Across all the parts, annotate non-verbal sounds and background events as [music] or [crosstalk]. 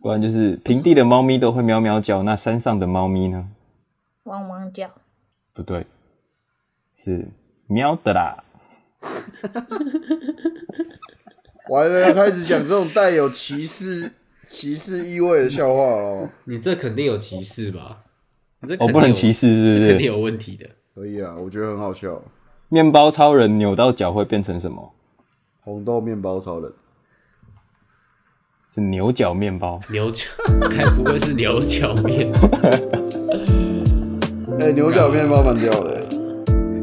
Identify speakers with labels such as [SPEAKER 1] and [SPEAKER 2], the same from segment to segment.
[SPEAKER 1] 不然就是平地的猫咪都会喵喵叫，那山上的猫咪呢？
[SPEAKER 2] 汪汪叫，
[SPEAKER 1] 不对，是喵的啦。
[SPEAKER 3] [laughs] 完了，要开始讲这种带有歧视、 [laughs] 歧视意味的笑话哦。
[SPEAKER 4] 你这肯定有歧视吧？你这
[SPEAKER 1] 我、
[SPEAKER 4] 肯定
[SPEAKER 1] 哦不能
[SPEAKER 4] 有
[SPEAKER 1] 歧，视，是
[SPEAKER 4] 这
[SPEAKER 1] 不
[SPEAKER 4] 肯
[SPEAKER 1] 是？
[SPEAKER 4] 定有问题的。
[SPEAKER 3] 可以啊，我觉得很好笑。
[SPEAKER 1] 面包超人扭到脚会变成什么？
[SPEAKER 3] 红豆面包超人，
[SPEAKER 1] 是牛角面包。
[SPEAKER 4] 牛角，该不会是牛角面？
[SPEAKER 3] 哎、牛角面包蛮屌的、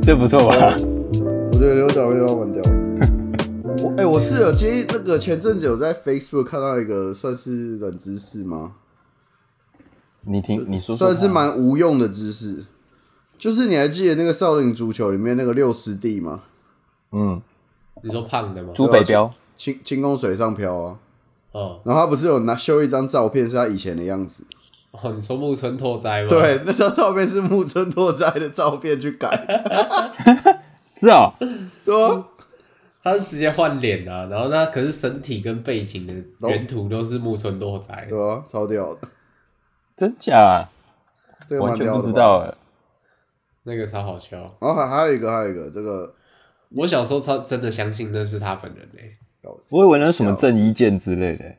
[SPEAKER 1] 这不错吧？
[SPEAKER 3] 哦我觉得牛角面包蛮屌的。 [laughs] 我哎、我是有接那个前阵子有在 Facebook 看到一个算是冷知识吗？
[SPEAKER 1] 你听，你说说
[SPEAKER 3] 算
[SPEAKER 1] 看啊
[SPEAKER 3] 是蛮无用的知识。就是你还记得那个少林足球里面那个六师弟吗？
[SPEAKER 1] 嗯，
[SPEAKER 4] 你说胖的吗？
[SPEAKER 1] 猪北标
[SPEAKER 3] 轻轻功水上漂啊，
[SPEAKER 4] 哦
[SPEAKER 3] 然后他不是有拿修一张照片是他以前的样子？
[SPEAKER 4] 哦，你说木村拓哉吗？，
[SPEAKER 3] 对，那张照片是木村拓哉的照片去 [laughs] 改，
[SPEAKER 1] 是哦，
[SPEAKER 3] 对啊，
[SPEAKER 4] 他是直接换脸啊，然后他可是身体跟背景的原图都是木村拓哉。
[SPEAKER 3] 哦对啊，超屌的，
[SPEAKER 1] 真假啊？
[SPEAKER 3] 这个
[SPEAKER 1] 完
[SPEAKER 3] 蛮
[SPEAKER 1] 全
[SPEAKER 3] 屌
[SPEAKER 1] 不
[SPEAKER 3] 的。
[SPEAKER 1] 知。道哎。
[SPEAKER 4] 那个超好笑。
[SPEAKER 3] 然后还还有一个，还有一个，这个
[SPEAKER 4] 我小时候超真的相信那是他本人欸嘞、
[SPEAKER 1] 我以为那是什么郑伊健之类
[SPEAKER 3] [laughs]
[SPEAKER 1] 的，欸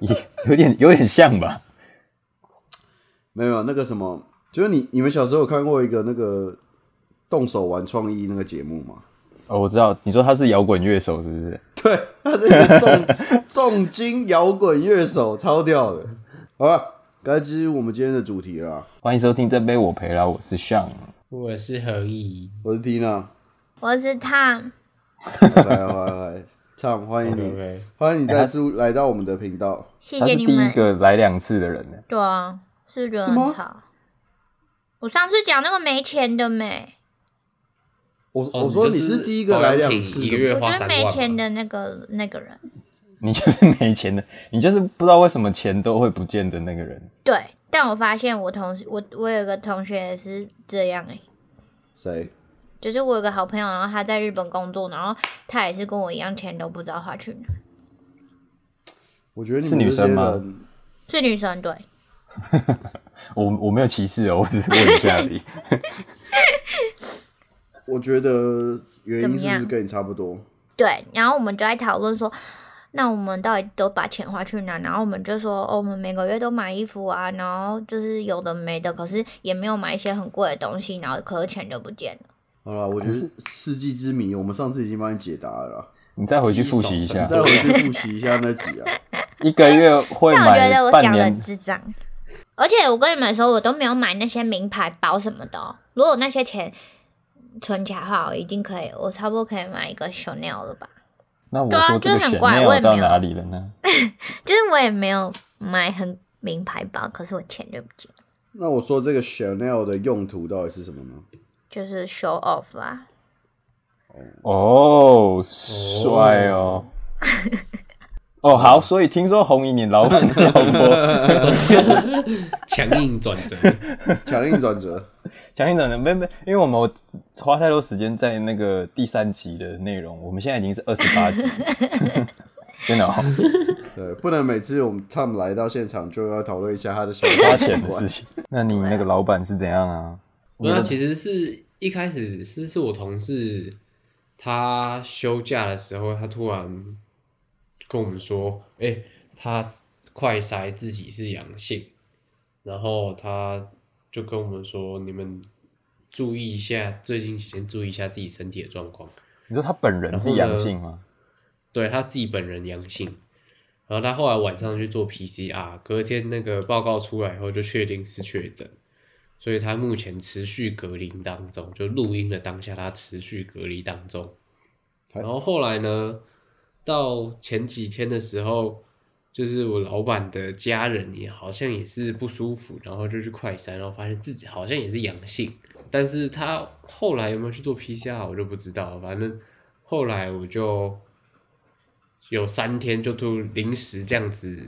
[SPEAKER 1] 也有点有点像吧？
[SPEAKER 3] 没有那个什么，就是你你们小时候有看过一个那个动手玩创意那个节目 [laughs] 吗？
[SPEAKER 1] 哦，我知道，你说他是摇滚乐手是不是？
[SPEAKER 3] 对，他是一个重 [laughs] 重金摇滚乐手，超屌的。好了，该进入我们今天的主题了啊。
[SPEAKER 1] 欢迎收听这杯我陪啦，我是向。
[SPEAKER 4] 我是何以，
[SPEAKER 3] 我是 Tina，
[SPEAKER 2] 我是 Tom，
[SPEAKER 3] 来来来来，唱欢迎你，
[SPEAKER 4] 对
[SPEAKER 3] 欢迎你再次来到我们的频道。
[SPEAKER 2] 谢
[SPEAKER 1] 他
[SPEAKER 2] 谢
[SPEAKER 1] 是
[SPEAKER 2] 你
[SPEAKER 1] 第一
[SPEAKER 2] 们。
[SPEAKER 1] 个来两次的人呢。
[SPEAKER 2] 对啊，是不是觉得
[SPEAKER 3] 什么
[SPEAKER 2] 很吵？我上次讲那个没钱的没，
[SPEAKER 3] 我
[SPEAKER 4] 哦
[SPEAKER 3] 我说
[SPEAKER 4] 你
[SPEAKER 3] 你
[SPEAKER 4] 就是
[SPEAKER 3] 是第一个来两次
[SPEAKER 4] 保养品
[SPEAKER 3] 的，
[SPEAKER 4] 一个月
[SPEAKER 2] 我
[SPEAKER 4] 花
[SPEAKER 2] 觉得
[SPEAKER 4] 三
[SPEAKER 2] 没
[SPEAKER 4] 万
[SPEAKER 2] 钱
[SPEAKER 4] 嘛
[SPEAKER 2] 的那个那个人，
[SPEAKER 1] 你就是没钱的，你就是不知道为什么钱都会不见的那个人。
[SPEAKER 2] 对。但我发现我同我我有个同学也是这样哎、
[SPEAKER 3] 谁？
[SPEAKER 2] 就是我有个好朋友，然后他在日本工作，然后他也是跟我一样，钱都不知道花去哪。
[SPEAKER 3] 我觉得你
[SPEAKER 1] 是
[SPEAKER 3] 们
[SPEAKER 1] 女
[SPEAKER 3] 这些
[SPEAKER 1] 生吗
[SPEAKER 3] 人，
[SPEAKER 2] 是女生对，
[SPEAKER 1] 我我没有歧视哦，我只是问一下而已。
[SPEAKER 3] 我觉得原
[SPEAKER 2] 怎
[SPEAKER 3] 因是
[SPEAKER 2] 么
[SPEAKER 3] 不
[SPEAKER 2] 样
[SPEAKER 3] 是跟你差不多？
[SPEAKER 2] 对，然后我们就在讨论说，那我们到底都把钱花去哪？然后我们就说，哦，我们每个月都买衣服啊，然后就是有的没的，可是也没有买一些很贵的东西，然后可是钱就不见了。
[SPEAKER 3] 好了，我觉得世纪之谜，我们上次已经帮你解答了啦，
[SPEAKER 1] 你再回去复习一下
[SPEAKER 3] [laughs]
[SPEAKER 4] 你，
[SPEAKER 3] 再回去复习一下那集
[SPEAKER 2] [laughs]
[SPEAKER 3] 啊。
[SPEAKER 1] 一个月会
[SPEAKER 2] 但我觉得
[SPEAKER 1] 买
[SPEAKER 2] 我
[SPEAKER 1] 半
[SPEAKER 2] 讲的
[SPEAKER 1] 年。
[SPEAKER 2] 智障，而且我跟你们说，我都没有买那些名牌包什么的哦、如果那些钱存起来的话，我一定可以，我差不多可以买一个 Chanel 了吧。
[SPEAKER 1] 那我
[SPEAKER 2] 对啊
[SPEAKER 1] 说这个
[SPEAKER 2] 就是
[SPEAKER 1] 钱
[SPEAKER 2] 很怪我也没
[SPEAKER 1] 到
[SPEAKER 2] 有
[SPEAKER 1] 哪里了呢？
[SPEAKER 2] 就是我也没有买很名牌包，可是我钱就不见了，
[SPEAKER 3] 那我说这个 Chanel 的用途到底是什么呢？
[SPEAKER 2] 就是 show off 啊。
[SPEAKER 1] 哦，帅
[SPEAKER 2] [laughs]
[SPEAKER 1] 哦。哦，好，所以听说红姨你老板的老婆
[SPEAKER 4] [laughs] 强硬转折，
[SPEAKER 3] 强硬
[SPEAKER 1] [laughs]
[SPEAKER 3] 转折，
[SPEAKER 1] 强硬转的，没没，因为我们花太多时间在那个第三集的内容，我们现在已经是二十八集
[SPEAKER 2] [laughs]
[SPEAKER 1] 了， [laughs] 真的哦，
[SPEAKER 3] 对，不能每次我们 Tom 来到现场就要讨论一下他的小
[SPEAKER 1] 花
[SPEAKER 3] 花
[SPEAKER 1] 钱的事
[SPEAKER 3] [laughs]
[SPEAKER 1] 情。
[SPEAKER 3] 啊
[SPEAKER 1] 那你那个老板是怎样啊？
[SPEAKER 4] 没有，其实是一开始是是我同事，他休假的时候，他突然跟我们说，哎、他快筛自己是阳性，然后他就跟我们说，你们注意一下，最近几天注意一下自己身体的状况。
[SPEAKER 1] 你说他本人是阳性吗？
[SPEAKER 4] 对他自己本人阳性，然后他后来晚上去做 PCR，隔天那个报告出来以后就确定是确诊，所以他目前持续隔离当中，就录音的当下他持续隔离当中。
[SPEAKER 3] 还
[SPEAKER 4] 然后后来呢，到前几天的时候，就是我老板的家人也好像也是不舒服，然后就去快筛，然后发现自己好像也是阳性，但是他后来有没有去做 PCR 我就不知道，反正后来我就有三天就突临时这样子，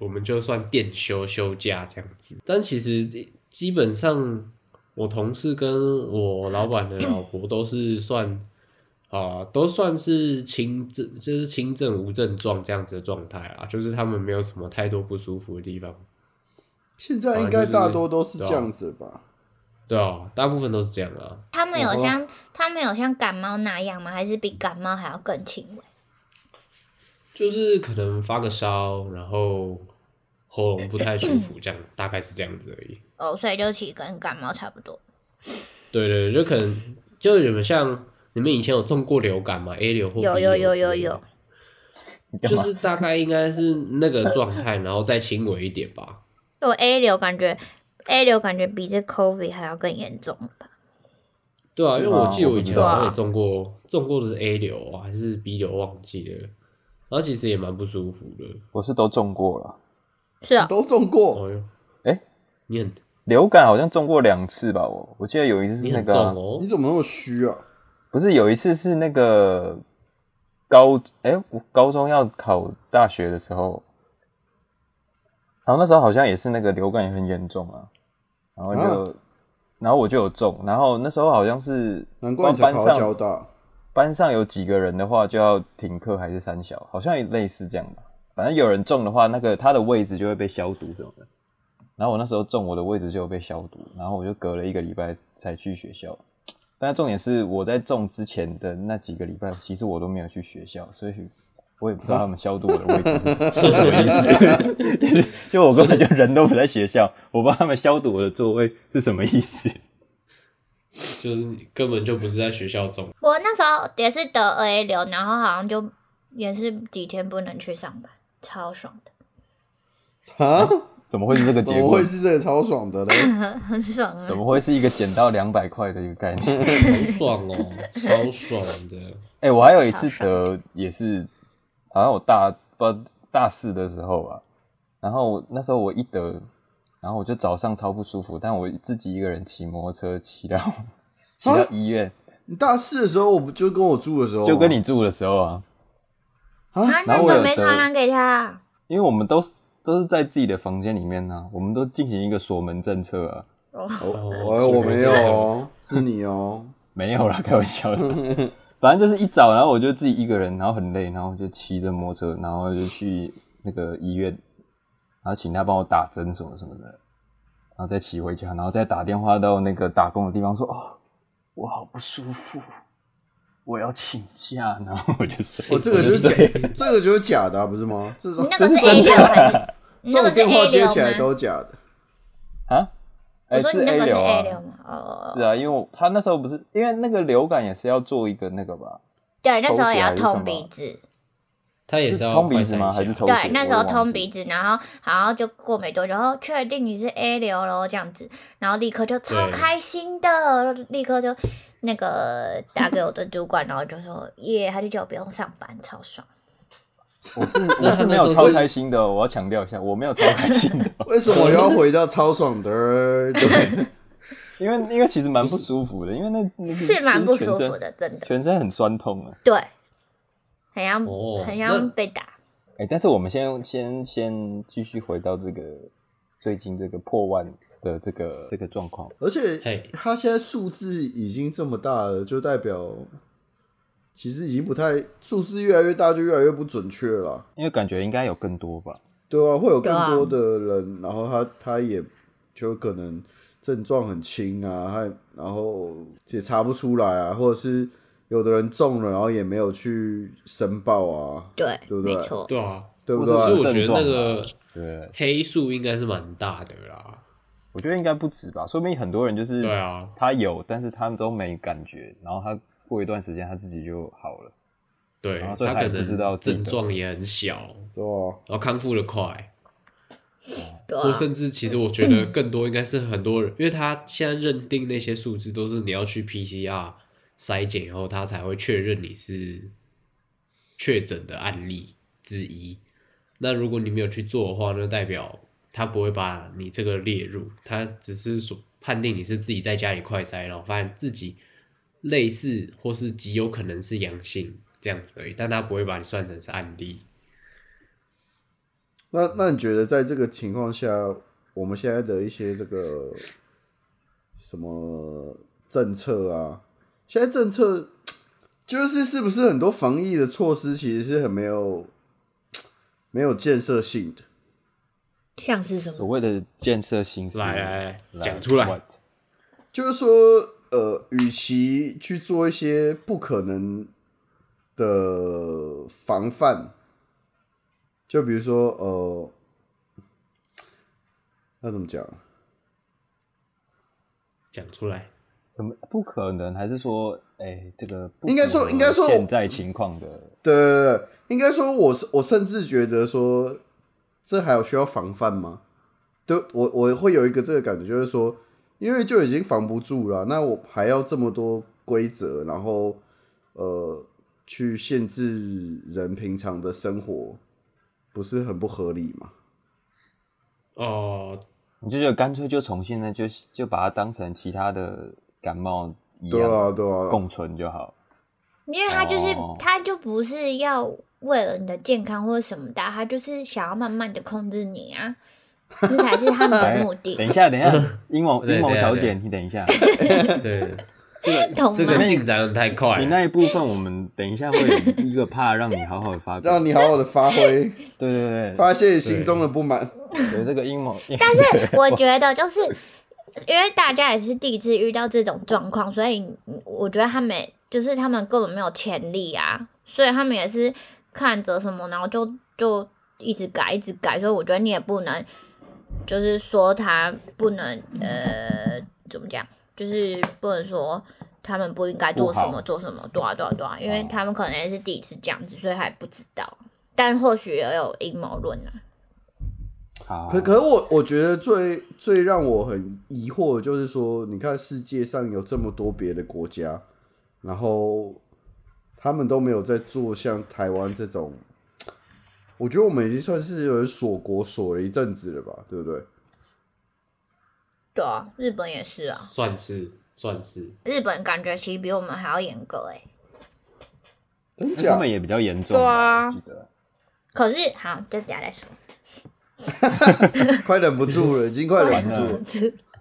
[SPEAKER 4] 我们就算电休休假这样子。但其实基本上，我同事跟我老板的老婆都是算啊、都算是轻症，就是轻症无症状这样子的状态啊，就是他们没有什么太多不舒服的地方。
[SPEAKER 3] 现在应该大多都是这样子吧？
[SPEAKER 1] 哦
[SPEAKER 4] 对啊，大部分都是这样啊。
[SPEAKER 2] 他们有
[SPEAKER 1] 嗯
[SPEAKER 3] 哦
[SPEAKER 2] 像他们有像感冒那样吗？还是比感冒还要更轻微？
[SPEAKER 4] 就是可能发个烧，然后喉咙不太舒服，这样大概是这样子而已。
[SPEAKER 2] 哦，所以就其实跟感冒差不多。
[SPEAKER 4] 对对，对就可能就你们像你们以前有中过流感吗？A 流或 B
[SPEAKER 2] 有
[SPEAKER 4] 流
[SPEAKER 2] 有有
[SPEAKER 4] 之类的
[SPEAKER 2] 有有，
[SPEAKER 1] 你干
[SPEAKER 4] 就
[SPEAKER 1] 嘛
[SPEAKER 4] 是大概应该是那个状态，然后再轻微一点吧。
[SPEAKER 2] 我 A 流感觉 A 流感觉比这 COVID 还要更严重吧？
[SPEAKER 4] 对啊，因
[SPEAKER 1] 是
[SPEAKER 4] 为
[SPEAKER 1] 吗
[SPEAKER 4] 我记得我以前好像
[SPEAKER 2] 我
[SPEAKER 4] 也
[SPEAKER 2] 不知
[SPEAKER 4] 中过，中过的是 A 流啊，还是 B 流忘记了，然后其实也蛮不舒服的。
[SPEAKER 1] 我是都中过了，
[SPEAKER 2] 是
[SPEAKER 1] 嗯
[SPEAKER 2] 哦，
[SPEAKER 3] 都中过，
[SPEAKER 1] 啊
[SPEAKER 4] 哦哟，
[SPEAKER 1] 诶
[SPEAKER 4] 你很
[SPEAKER 1] 流感好像中过两次吧，我我记得有一次是
[SPEAKER 4] 你
[SPEAKER 1] 那
[SPEAKER 4] 很
[SPEAKER 1] 个
[SPEAKER 4] 重
[SPEAKER 1] 啊、
[SPEAKER 4] 哦
[SPEAKER 3] 你，怎么那么虚啊？
[SPEAKER 1] 不是有一次是那个高哎、我高中要考大学的时候，然后那时候好像也是那个流感也很严重啊，然后
[SPEAKER 3] 啊
[SPEAKER 1] 就、然后我就有中，然后那时候好像是
[SPEAKER 3] 难怪你才
[SPEAKER 1] 班
[SPEAKER 3] 考到交
[SPEAKER 1] 上
[SPEAKER 3] 大。
[SPEAKER 1] 班上有几个人的话就要停课还是三小，好像也类似这样吧。反正有人中的话，那个他的位置就会被消毒什么的。然后我那时候中，我的位置就有被消毒，然后我就隔了一个礼拜才去学校。但重点是我在中之前的那几个礼拜，其实我都没有去学校，所以我也不知道他们消毒我的位置是什
[SPEAKER 3] [laughs]
[SPEAKER 1] 么是什么意思。就是就我根本就人都不在学校，我不知道他们消毒我的座位是什么意思。
[SPEAKER 4] 就是你根本就不是在学校中。
[SPEAKER 2] 我那时候也是得 A 流，然后好像就也是几天不能去上班，超爽
[SPEAKER 1] [laughs]
[SPEAKER 2] 的，
[SPEAKER 3] 啊？
[SPEAKER 1] 怎么会是这个
[SPEAKER 3] 怎
[SPEAKER 1] 结
[SPEAKER 3] 么
[SPEAKER 1] 果
[SPEAKER 3] 会？是这个超爽的呢？
[SPEAKER 2] 很爽啊！
[SPEAKER 1] 怎么会是一个减到两百块的一个概念？
[SPEAKER 4] 好爽哦，超爽的。
[SPEAKER 1] 哎、我还有一次
[SPEAKER 2] 好
[SPEAKER 1] 得也是，好像我大不知道大四的时候吧，然后我那时候我一得，然后我就早上超不舒服，但我自己一个人骑摩托车骑到 [laughs] 骑到医院，
[SPEAKER 3] 你大四的时候，我不就跟我住的时候吗，
[SPEAKER 1] 就跟你住的时候啊，
[SPEAKER 2] 啊
[SPEAKER 3] 啊，，
[SPEAKER 2] 那
[SPEAKER 1] 然后
[SPEAKER 2] 你
[SPEAKER 1] 我有
[SPEAKER 2] 怎么没
[SPEAKER 1] 得
[SPEAKER 2] 传染给他
[SPEAKER 1] [laughs]
[SPEAKER 2] 啊？
[SPEAKER 1] 因为我们都是都是在自己的房间里面呢、啊我们都进行一个锁门政策啊，
[SPEAKER 3] 我我没有哦，是
[SPEAKER 1] [laughs]
[SPEAKER 3] 你哦。
[SPEAKER 1] 没有啦，开玩笑的。反正就是一早，然后我就自己一个人，然后很累，然后就骑着摩托车，然后就去那个医院，然后请他帮我打针什么什么的，然后再骑回家，然后再打电话到那个打工的地方说：“哦，我好不舒服，我要请假。”然后我就睡。
[SPEAKER 3] 我哦这个就是假
[SPEAKER 1] 睡，
[SPEAKER 3] 这个就是假的啊，不是吗？这是
[SPEAKER 2] 你那个是
[SPEAKER 3] 这
[SPEAKER 2] A
[SPEAKER 3] 真
[SPEAKER 2] 流
[SPEAKER 3] 的
[SPEAKER 2] 还是？
[SPEAKER 1] [laughs]
[SPEAKER 2] 你
[SPEAKER 3] 这
[SPEAKER 2] 那
[SPEAKER 3] 种
[SPEAKER 2] 个是
[SPEAKER 3] 电
[SPEAKER 2] A
[SPEAKER 3] 话接
[SPEAKER 2] 流
[SPEAKER 3] 起来
[SPEAKER 2] 吗？
[SPEAKER 3] 都假的。
[SPEAKER 1] 啊？哎、
[SPEAKER 2] 我说
[SPEAKER 1] 是
[SPEAKER 2] 你那
[SPEAKER 1] A
[SPEAKER 2] 个是
[SPEAKER 1] 流
[SPEAKER 2] A
[SPEAKER 1] 啊，
[SPEAKER 2] 流吗？哦，
[SPEAKER 1] 是啊，因为我他那时候不是因为那个流感也是要做一个那个吧？
[SPEAKER 2] 对，那时候
[SPEAKER 1] 抽血
[SPEAKER 2] 也
[SPEAKER 1] 还
[SPEAKER 2] 要
[SPEAKER 1] 是什
[SPEAKER 2] 通
[SPEAKER 1] 么
[SPEAKER 2] 鼻子，
[SPEAKER 4] 他也
[SPEAKER 1] 是
[SPEAKER 4] 是要
[SPEAKER 1] 通鼻
[SPEAKER 4] 快
[SPEAKER 1] 子
[SPEAKER 4] 闪
[SPEAKER 1] 吗？
[SPEAKER 4] 一
[SPEAKER 1] 还是
[SPEAKER 4] 下
[SPEAKER 1] 抽血？
[SPEAKER 2] 对，那时候
[SPEAKER 1] 我也忘
[SPEAKER 2] 通
[SPEAKER 1] 记
[SPEAKER 2] 鼻子，然后然后就过没多久，然后确定你是 A 流咯，这样子，然后立刻就超
[SPEAKER 4] 对
[SPEAKER 2] 开心的，立刻就那个打给我的主管，然后就说耶，他就叫我不用上班，超爽。
[SPEAKER 1] 我
[SPEAKER 3] [laughs]
[SPEAKER 1] 是我是没有超开心的哦，我要强调一下，我没有超开心的哦，
[SPEAKER 3] 为什么要回到超爽的？
[SPEAKER 2] [laughs]
[SPEAKER 3] 对，
[SPEAKER 1] 因为因为其实蛮不舒服的，因为那那个
[SPEAKER 2] 是蛮不舒服
[SPEAKER 1] 就是
[SPEAKER 2] 的，真的，
[SPEAKER 1] 全身，全身很酸痛啊。
[SPEAKER 2] 对，很像、
[SPEAKER 4] 哦
[SPEAKER 2] 很
[SPEAKER 4] 那
[SPEAKER 2] 像被打，
[SPEAKER 1] 哎、但是我们先先先继续回到这个最近这个破万的这个这个状况，
[SPEAKER 3] 而且
[SPEAKER 4] 嘿
[SPEAKER 3] 他现在数字已经这么大了，就代表其实已经不太数字越来越大，就越来越不准确了啊。
[SPEAKER 1] 因为感觉应该有更多吧。
[SPEAKER 3] 对啊，会有
[SPEAKER 2] 对
[SPEAKER 3] 更
[SPEAKER 2] 啊
[SPEAKER 3] 多的人，然后他他也就可能症状很轻啊，他然后也查不出来啊，或者是有的人中了，然后也没有去申报啊，
[SPEAKER 2] 对，
[SPEAKER 3] 对不对
[SPEAKER 2] 没错，
[SPEAKER 4] 对啊，
[SPEAKER 3] 对不
[SPEAKER 1] 或者
[SPEAKER 4] 所以
[SPEAKER 1] 是
[SPEAKER 3] 对？
[SPEAKER 4] 我觉得那
[SPEAKER 1] 症
[SPEAKER 4] 个
[SPEAKER 1] 对，
[SPEAKER 4] 黑数应该是蛮大的啦。
[SPEAKER 1] 我觉得应该不止吧，说不定很多人就是
[SPEAKER 4] 对啊
[SPEAKER 1] 他有，但是他们都没感觉，然后他过一段时间他自己就好了。
[SPEAKER 4] 对，
[SPEAKER 1] 然后所以
[SPEAKER 4] 他
[SPEAKER 1] 他也
[SPEAKER 4] 可
[SPEAKER 1] 不知道
[SPEAKER 4] 能
[SPEAKER 1] 自己
[SPEAKER 4] 症
[SPEAKER 1] 的
[SPEAKER 4] 状也很小，
[SPEAKER 3] 对啊，
[SPEAKER 4] 然后康复的快，
[SPEAKER 2] 对
[SPEAKER 4] 或
[SPEAKER 2] 啊，
[SPEAKER 4] 甚至其实我觉得更多应该是很多人，因为他现在认定那些数字都是你要去 PCR 筛检以后，他才会确认你是确诊的案例之一。那如果你没有去做的话，那代表他不会把你这个列入，他只是所判定你是自己在家里快筛，然后发现自己类似或是极有可能是阳性这样子而已，但他不会把你算成是案例。
[SPEAKER 3] 那那你觉得在这个情况下，我们现在的一些这个什么政策啊，现在政策就是是不是很多防疫的措施其实是很没有没有建设性的？
[SPEAKER 2] 像是什
[SPEAKER 1] 所
[SPEAKER 2] 么？
[SPEAKER 1] 谓的建设性思维
[SPEAKER 4] 来来来讲出来
[SPEAKER 1] what？
[SPEAKER 3] 就是说，呃，与其去做一些不可能的防范，就比如说，呃，那怎么讲？
[SPEAKER 4] 讲出来，
[SPEAKER 1] 什么不可能？还是说，哎，这个不
[SPEAKER 3] 应该说
[SPEAKER 1] 符合
[SPEAKER 3] 应该说
[SPEAKER 1] 现在情况的
[SPEAKER 3] 对对对对，应该说我，是我甚至觉得说，这还有需要防范吗？对我我会有一个这个感觉，就是说，因为就已经防不住了，那我还要这么多规则，然后呃，去限制人平常的生活，不是很不合理吗？
[SPEAKER 4] 哦，
[SPEAKER 1] 你就觉得干脆就从现在就就把它当成其他的感冒一
[SPEAKER 3] 对啊，
[SPEAKER 1] 样
[SPEAKER 3] 对啊，
[SPEAKER 1] 共存就好。
[SPEAKER 2] 因为他就是、
[SPEAKER 1] 哦
[SPEAKER 2] 他就不是要为了你的健康或者什么的啊，他就是想要慢慢的控制你啊，这才是他们
[SPEAKER 1] [laughs]
[SPEAKER 2] 的呃目的。
[SPEAKER 1] 哎等一下，等一 [laughs] 下，阴谋
[SPEAKER 4] 对
[SPEAKER 1] 阴谋
[SPEAKER 4] 对
[SPEAKER 1] 小
[SPEAKER 4] 对
[SPEAKER 1] 姐，你等一下， [laughs]
[SPEAKER 4] 对，这
[SPEAKER 2] 懂
[SPEAKER 4] 个
[SPEAKER 2] 吗
[SPEAKER 4] 这个进展得太快
[SPEAKER 1] 你
[SPEAKER 4] 了，
[SPEAKER 1] 那一部分我们等一下会有一个怕让你好好的发表，
[SPEAKER 3] 让你好好的发挥，
[SPEAKER 1] 对对对
[SPEAKER 3] [laughs] 发泄心中的不满。
[SPEAKER 1] 对，这个阴谋，
[SPEAKER 2] [laughs] 但是我觉得就是因为大家也是第一次遇到这种状况，所以嗯我觉得他们就是他们根本没有潜力啊，所以他们也是看着什么，然后就就一直改一直改，所以我觉得你也不能就是说他不能呃怎么讲，就是不能说。他们不应该做什
[SPEAKER 1] 不好
[SPEAKER 2] 么做什么，对啊对啊对啊，因为
[SPEAKER 1] 哦
[SPEAKER 2] 他们可能也是第一次这样子，所以还不知道，但或许也有阴谋论啊。
[SPEAKER 1] 好，
[SPEAKER 3] 可可是我我觉得最最让我很疑惑的就是说，你看世界上有这么多别的国家，然后他们都没有在做像台湾这种，我觉得我们已经算是有点锁国锁了一阵子了吧，对不对？
[SPEAKER 2] 对啊，日本也是啊，
[SPEAKER 4] 算是算是，
[SPEAKER 2] 日本感觉其实比我们还要严格哎、
[SPEAKER 3] 真
[SPEAKER 1] 那他
[SPEAKER 3] 假
[SPEAKER 1] 们？也比较严重吧，
[SPEAKER 2] 对啊
[SPEAKER 1] 我记 [laughs] 得
[SPEAKER 2] 可是好，这等一下再
[SPEAKER 1] [laughs]
[SPEAKER 2] 说。
[SPEAKER 3] 快忍不住了，已经快忍不
[SPEAKER 1] 啊
[SPEAKER 3] 住了。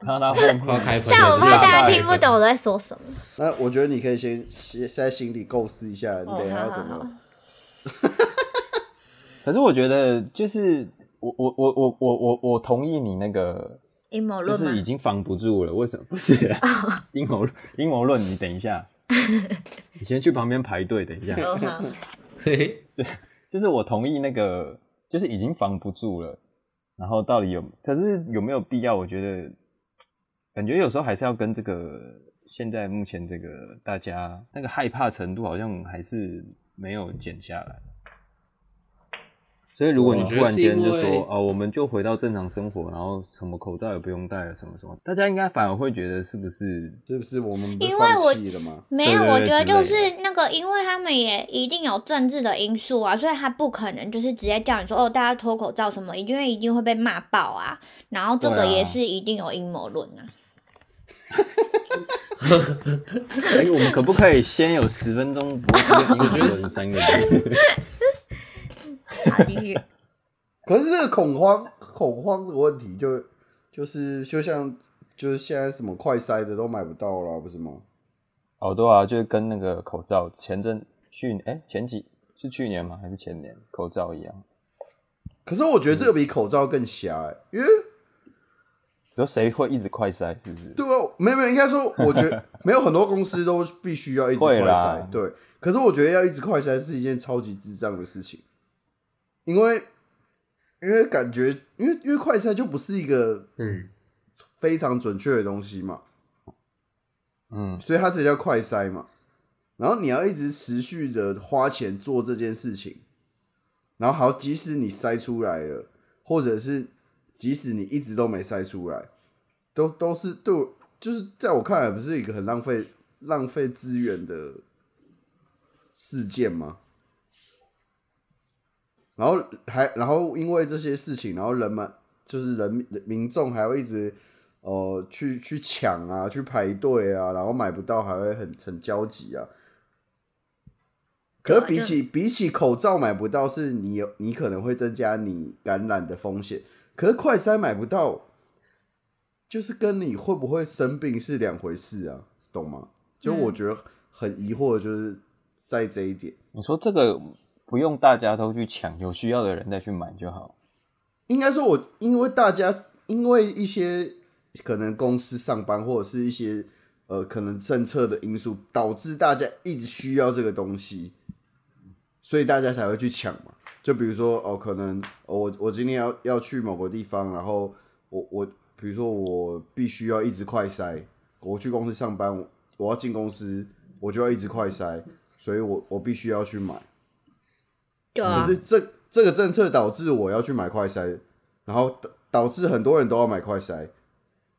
[SPEAKER 1] 让他混
[SPEAKER 4] 快要开喷了，
[SPEAKER 2] 但我怕大家
[SPEAKER 1] 对
[SPEAKER 2] 听不懂我在说什么。
[SPEAKER 3] 那我觉得你可以先先在心里构思一下，你等一下要怎
[SPEAKER 2] 哦好好好
[SPEAKER 3] 么？
[SPEAKER 1] 可是我觉得就是我我我我我我我同意你那个，
[SPEAKER 2] 阴谋
[SPEAKER 1] 就
[SPEAKER 2] 论
[SPEAKER 1] 是已
[SPEAKER 2] 吗？哦
[SPEAKER 1] 经防不住了，为什么 [laughs] 不是啊阴谋阴谋论？你等一
[SPEAKER 2] [laughs]
[SPEAKER 1] 下，你先去旁边排队，等一下。
[SPEAKER 2] 哦
[SPEAKER 1] [laughs]
[SPEAKER 2] 好，
[SPEAKER 4] 嘿嘿
[SPEAKER 1] 就是我同意那个，就是已经防不住了。然后到底有，可是有没有必要？我觉得，感觉有时候还是要跟这个现在目前这个大家那个害怕程度，好像还是没有减下来。所以如果你
[SPEAKER 4] 啊我
[SPEAKER 1] 突
[SPEAKER 4] 觉
[SPEAKER 1] 然
[SPEAKER 4] 得是因为
[SPEAKER 1] 间就说啊，我们就回到正常生活，然后什么口罩也不用戴了，啊什么什么，大家应该反而会觉得是不是？ [laughs]
[SPEAKER 3] 是不是我们不
[SPEAKER 2] 因
[SPEAKER 3] 是
[SPEAKER 2] 为我
[SPEAKER 3] 放弃了吗？
[SPEAKER 2] 没有，
[SPEAKER 1] 对对对
[SPEAKER 2] 我觉得就
[SPEAKER 1] 之类
[SPEAKER 2] 是那个，因为他们也一定有政治的因素啊，所以他不可能就是直接叫你说哦，大家脱口罩什么，因为一定会被骂爆啊。然后这
[SPEAKER 1] 对
[SPEAKER 2] 个
[SPEAKER 1] 啊
[SPEAKER 2] 也是一定有阴谋论啊。
[SPEAKER 1] 哎、我们可不可以先有十分钟不是英国人三个字？
[SPEAKER 2] 好，继
[SPEAKER 1] [laughs]
[SPEAKER 2] 续。
[SPEAKER 3] 可是这个恐慌恐慌的问题就，就是就像就是现在什么快筛的都买不到了，不是吗？
[SPEAKER 1] 哦，对啊，就是跟那个口罩前阵去哎前几是去年吗？还是前年口罩一样？
[SPEAKER 3] 可是我觉得这个比口罩更瞎、欸，因为
[SPEAKER 1] 有谁会一直快筛？是不是？
[SPEAKER 3] 对啊，没有没有，应该说我觉
[SPEAKER 1] [laughs]
[SPEAKER 3] 得没有很多公司都必须要一直快
[SPEAKER 1] 会啦
[SPEAKER 3] 筛，对。可是我觉得要一直快筛是一件超级智障的事情，因为因为感觉因为因为快筛就不是一个
[SPEAKER 4] 嗯，
[SPEAKER 3] 非常准确的东西嘛，
[SPEAKER 1] 嗯，
[SPEAKER 3] 所以它才叫快筛嘛。然后你要一直持续的花钱做这件事情，然后好，即使你筛出来了，或者是即使你一直都没筛出来，都都是对我，就是在我看来，不是一个很浪费浪费资源的事件吗？然后还然后因为这些事情，然后人们就是人民民众还会一直呃去去抢啊，去排队啊，然后买不到还会很很焦急啊。可是比起比起口罩买不到，是你有你可能会增加你感染的风险。可是快筛买不到，就是跟你会嗯不会生病是两回事啊，懂吗？就我觉得很疑惑，就是在这一点。
[SPEAKER 1] 你说这个不用大家都去抢，有需要的人再去买就好。
[SPEAKER 3] 应该说我，因为大家因为一些可能公司上班或者是一些呃可能政策的因素，导致大家一直需要这个东西，所以大家才会去抢嘛。就比如说哦，可能、哦我我今天要要去某个地方，然后我我比如说我必须要一直快筛，我去公司上班，我我要进公司，我就要一直快筛，所以我我必须要去买。
[SPEAKER 2] 对啊
[SPEAKER 3] 可，是这这个政策导致我要去买快筛，然后导导致很多人都要买快筛，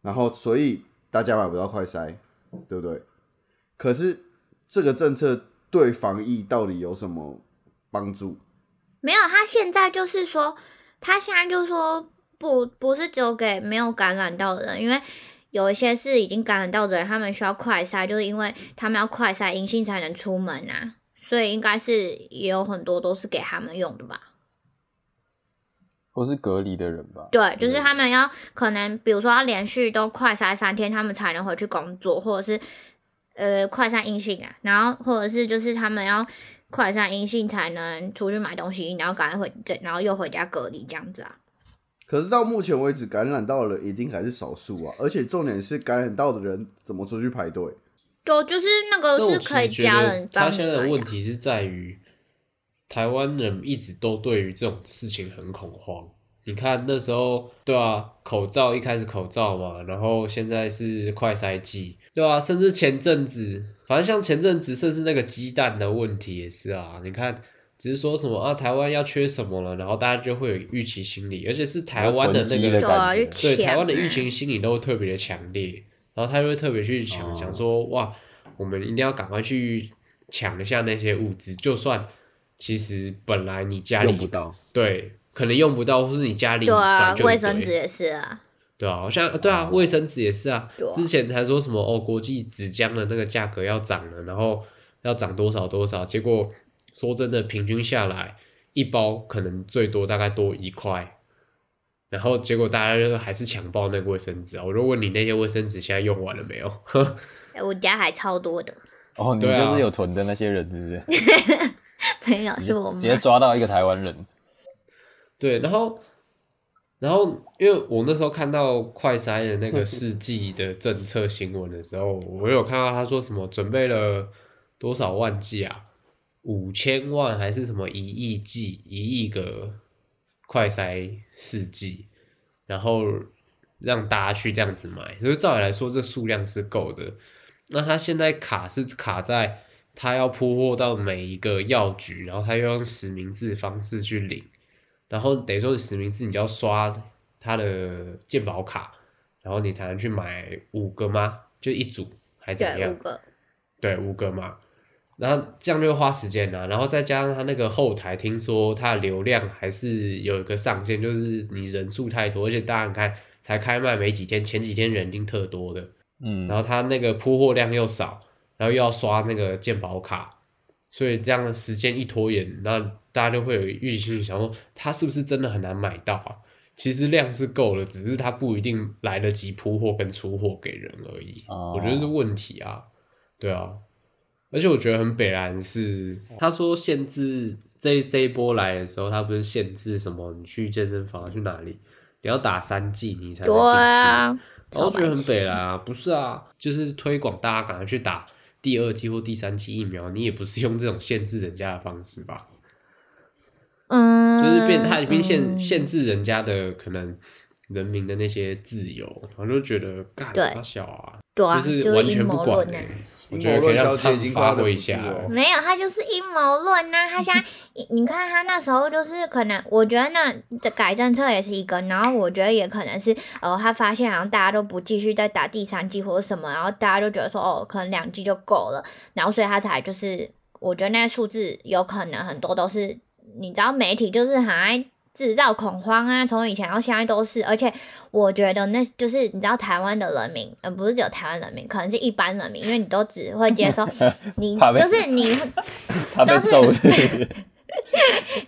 [SPEAKER 3] 然后所以大家买不到快筛，对不对？可是这个政策对防疫到底有什么帮助？
[SPEAKER 2] 没有，他现在就是说，他现在就说不不是只有给没有感染到的人，因为有一些是已经感染到的人，他们需要快筛，就是因为他们要快筛阴性才能出门啊，所以应该是也有很多都是给他们用的吧。
[SPEAKER 1] 或是隔离的人吧。
[SPEAKER 2] 对，就是他们要可能，比如说要连续都快筛三天，他们才能回去工作，或者是呃快筛阴性啊，然后或者是就是他们要快筛阴性才能出去买东西，然后赶快回，对然后又回家隔离这样子啊。
[SPEAKER 3] 可是到目前为止，感染到的人一定还是少数啊，而且重点是感染到的人怎么出去排队？
[SPEAKER 2] 对，就是那
[SPEAKER 4] 但
[SPEAKER 2] 个
[SPEAKER 4] 我
[SPEAKER 2] 是
[SPEAKER 4] 其
[SPEAKER 2] 可以
[SPEAKER 4] 实觉
[SPEAKER 2] 家
[SPEAKER 4] 得
[SPEAKER 2] 人
[SPEAKER 4] 他
[SPEAKER 2] 帮你
[SPEAKER 4] 现在的
[SPEAKER 2] 买
[SPEAKER 4] 问
[SPEAKER 2] 的。
[SPEAKER 4] 题是在于，台湾人一直都对于这种事情很恐慌。你看那时候，对啊，口罩一开始口罩嘛，然后现在是快筛剂，对啊，甚至前阵子，反正像前阵子，甚至那个鸡蛋的问题也是啊。你看，只是说什么啊，台湾要缺什么了，然后大家就会有预期心理，而且是台湾的那
[SPEAKER 1] 囤积的
[SPEAKER 4] 个
[SPEAKER 2] 对啊，
[SPEAKER 1] 感觉
[SPEAKER 2] 就
[SPEAKER 4] 对
[SPEAKER 2] 钱。
[SPEAKER 4] 台湾的疫情心理都会特别的强烈，然后他就会特别去抢，
[SPEAKER 1] 哦
[SPEAKER 4] 想说哇，我们一定要赶快去抢一下那些物资，就算其实本来你家里
[SPEAKER 1] 用不，到，
[SPEAKER 4] 对，可能用不到，或是你家里
[SPEAKER 2] 对啊，
[SPEAKER 4] 本来就一
[SPEAKER 2] 卫生
[SPEAKER 4] 堆
[SPEAKER 2] 纸也是啊，
[SPEAKER 4] 对啊，好像对啊，
[SPEAKER 1] 哦
[SPEAKER 4] 卫生纸也是啊
[SPEAKER 2] 对啊，
[SPEAKER 4] 之前才说什么哦，国际纸浆的那个价格要涨了，然后要涨多少多少，结果说真的，平均下来一包可能最多大概多一块，然后结果大家就还是抢爆那个卫生纸啊。我就问你那些卫生纸现在用完了没有？
[SPEAKER 2] 哎我家还超多的，
[SPEAKER 1] 哦，你
[SPEAKER 4] 对啊
[SPEAKER 1] 就是有囤的那些人，是不是？
[SPEAKER 2] [laughs] 没有是我
[SPEAKER 1] 直
[SPEAKER 2] 妈。
[SPEAKER 1] 接抓到一个台湾人，
[SPEAKER 4] 对，然后，然后，因为我那时候看到快筛的那个试剂的政策新闻的时候，我有看到他说什么准备了多少万剂啊，五千万还是什么一亿剂，一亿个快筛试剂，然后让大家去这样子买，所以照理来说，这数量是够的。那他现在卡是卡在他要铺货到每一个药局，然后他又用实名制方式去领。然后等于说你实名制，你就要刷他的健保卡，然后你才能去买五个吗？就一组还怎么
[SPEAKER 2] 对，五
[SPEAKER 4] 样？
[SPEAKER 2] 个。
[SPEAKER 4] 对，五个嘛。然后这样就会花时间啦、然后再加上他那个后台，听说它的流量还是有一个上限，就是你人数太多，而且大家你看才开卖没几天，前几天人已经特多的，
[SPEAKER 1] 嗯，
[SPEAKER 4] 然后他那个铺货量又少，然后又要刷那个健保卡，所以这样的时间一拖延，那大家就会有预期心理，想说他是不是真的很难买到啊？其实量是够了，只是他不一定来得及铺货跟出货给人而已。
[SPEAKER 1] 哦
[SPEAKER 4] 我觉得是问题啊，对啊，而且我觉得很北然是，他说限制这这一波来的时候，他不是限制什么？你去健身房去哪里？你要打三剂你才能
[SPEAKER 2] 对
[SPEAKER 4] 进去。
[SPEAKER 2] 啊，
[SPEAKER 4] 然后觉得很北
[SPEAKER 2] 了。
[SPEAKER 4] 啦，不是啊，就是推广大家赶快去打第二剂或第三剂疫苗，你也不是用这种限制人家的方式吧？
[SPEAKER 2] 嗯，
[SPEAKER 4] 就是变他已经限
[SPEAKER 2] 嗯
[SPEAKER 4] 限制人家的可能人民的那些自由，然后就觉得干
[SPEAKER 2] 对
[SPEAKER 4] 他小啊，
[SPEAKER 2] 对啊，
[SPEAKER 4] 是
[SPEAKER 2] 就
[SPEAKER 4] 完
[SPEAKER 2] 阴
[SPEAKER 4] 全不
[SPEAKER 2] 谋
[SPEAKER 4] 管
[SPEAKER 2] 论
[SPEAKER 4] 欸、
[SPEAKER 2] 啊。
[SPEAKER 4] 我觉得可以
[SPEAKER 3] 阴
[SPEAKER 4] 让他
[SPEAKER 3] 谋论小姐已
[SPEAKER 4] 们
[SPEAKER 3] 经
[SPEAKER 4] 发
[SPEAKER 3] 夸得
[SPEAKER 4] 挥一
[SPEAKER 3] 不
[SPEAKER 4] 下
[SPEAKER 3] 住哦
[SPEAKER 2] 没有，他就是阴谋论呐、他现
[SPEAKER 4] [laughs]
[SPEAKER 2] 在，你你看他那时候就是可能，我觉得那这改政策也是一个，然后我觉得也可能是，哦，他发现好像大家都不继续再打第三季或者什么，然后大家就觉得说，哦，可能两季就够了，然后所以他才就是，我觉得那数字有可能很多都是，你知道媒体就是很爱。制造恐慌啊！从以前到现在都是，而且我觉得那就是你知道台湾的人民，呃，不是只有台湾人民，可能是一般人民，因为你都只会接
[SPEAKER 1] [laughs]
[SPEAKER 2] 受你
[SPEAKER 1] 怕被
[SPEAKER 2] 就是你
[SPEAKER 1] 他被
[SPEAKER 2] 就是
[SPEAKER 1] 揍的，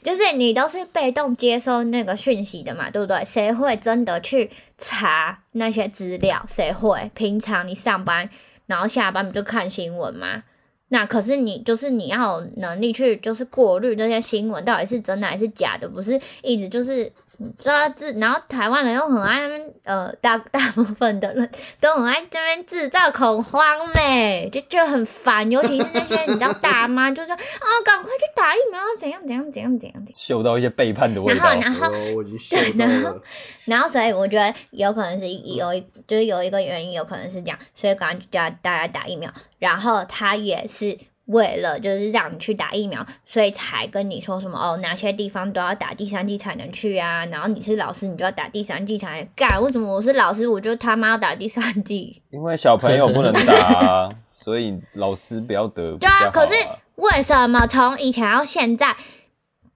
[SPEAKER 2] 就是你都是被动接收那个讯息的嘛，对不对？谁会真的去查那些资料？谁会？平常你上班，然后下班不就看新闻吗？那可是你就是你要有能力去就是过滤这些新闻到底是真的还是假的，不是一直就是你知道自，然后台湾人又很爱那边呃大大部分的人都很爱这边制造恐慌嘞，就就很烦，尤其是那些你知道大妈就说啊赶快去打疫苗，怎样怎样怎样怎样怎样，
[SPEAKER 1] [laughs] 嗅到一些背叛的味道。嗯
[SPEAKER 2] 然后
[SPEAKER 3] 哦我我已
[SPEAKER 2] [laughs]
[SPEAKER 3] 经嗅到
[SPEAKER 2] 啊然后
[SPEAKER 3] 了，
[SPEAKER 2] 然后所以我觉得有可能是一有一就是有一个原因，有可能是这样，所以赶快叫大家打疫苗。然后他也是为了就是让你去打疫苗，所以才跟你说什么哦，哪些地方都要打第三剂才能去啊。然后你是老师，你就要打第三剂才能干。为什么我是老师，我就他妈要打第三剂？
[SPEAKER 1] 因为小朋友不能打、
[SPEAKER 2] [laughs]
[SPEAKER 1] 啊，所以老师不要得比较
[SPEAKER 2] 对
[SPEAKER 1] 好、
[SPEAKER 2] 啊，可是为什么从以前到现在，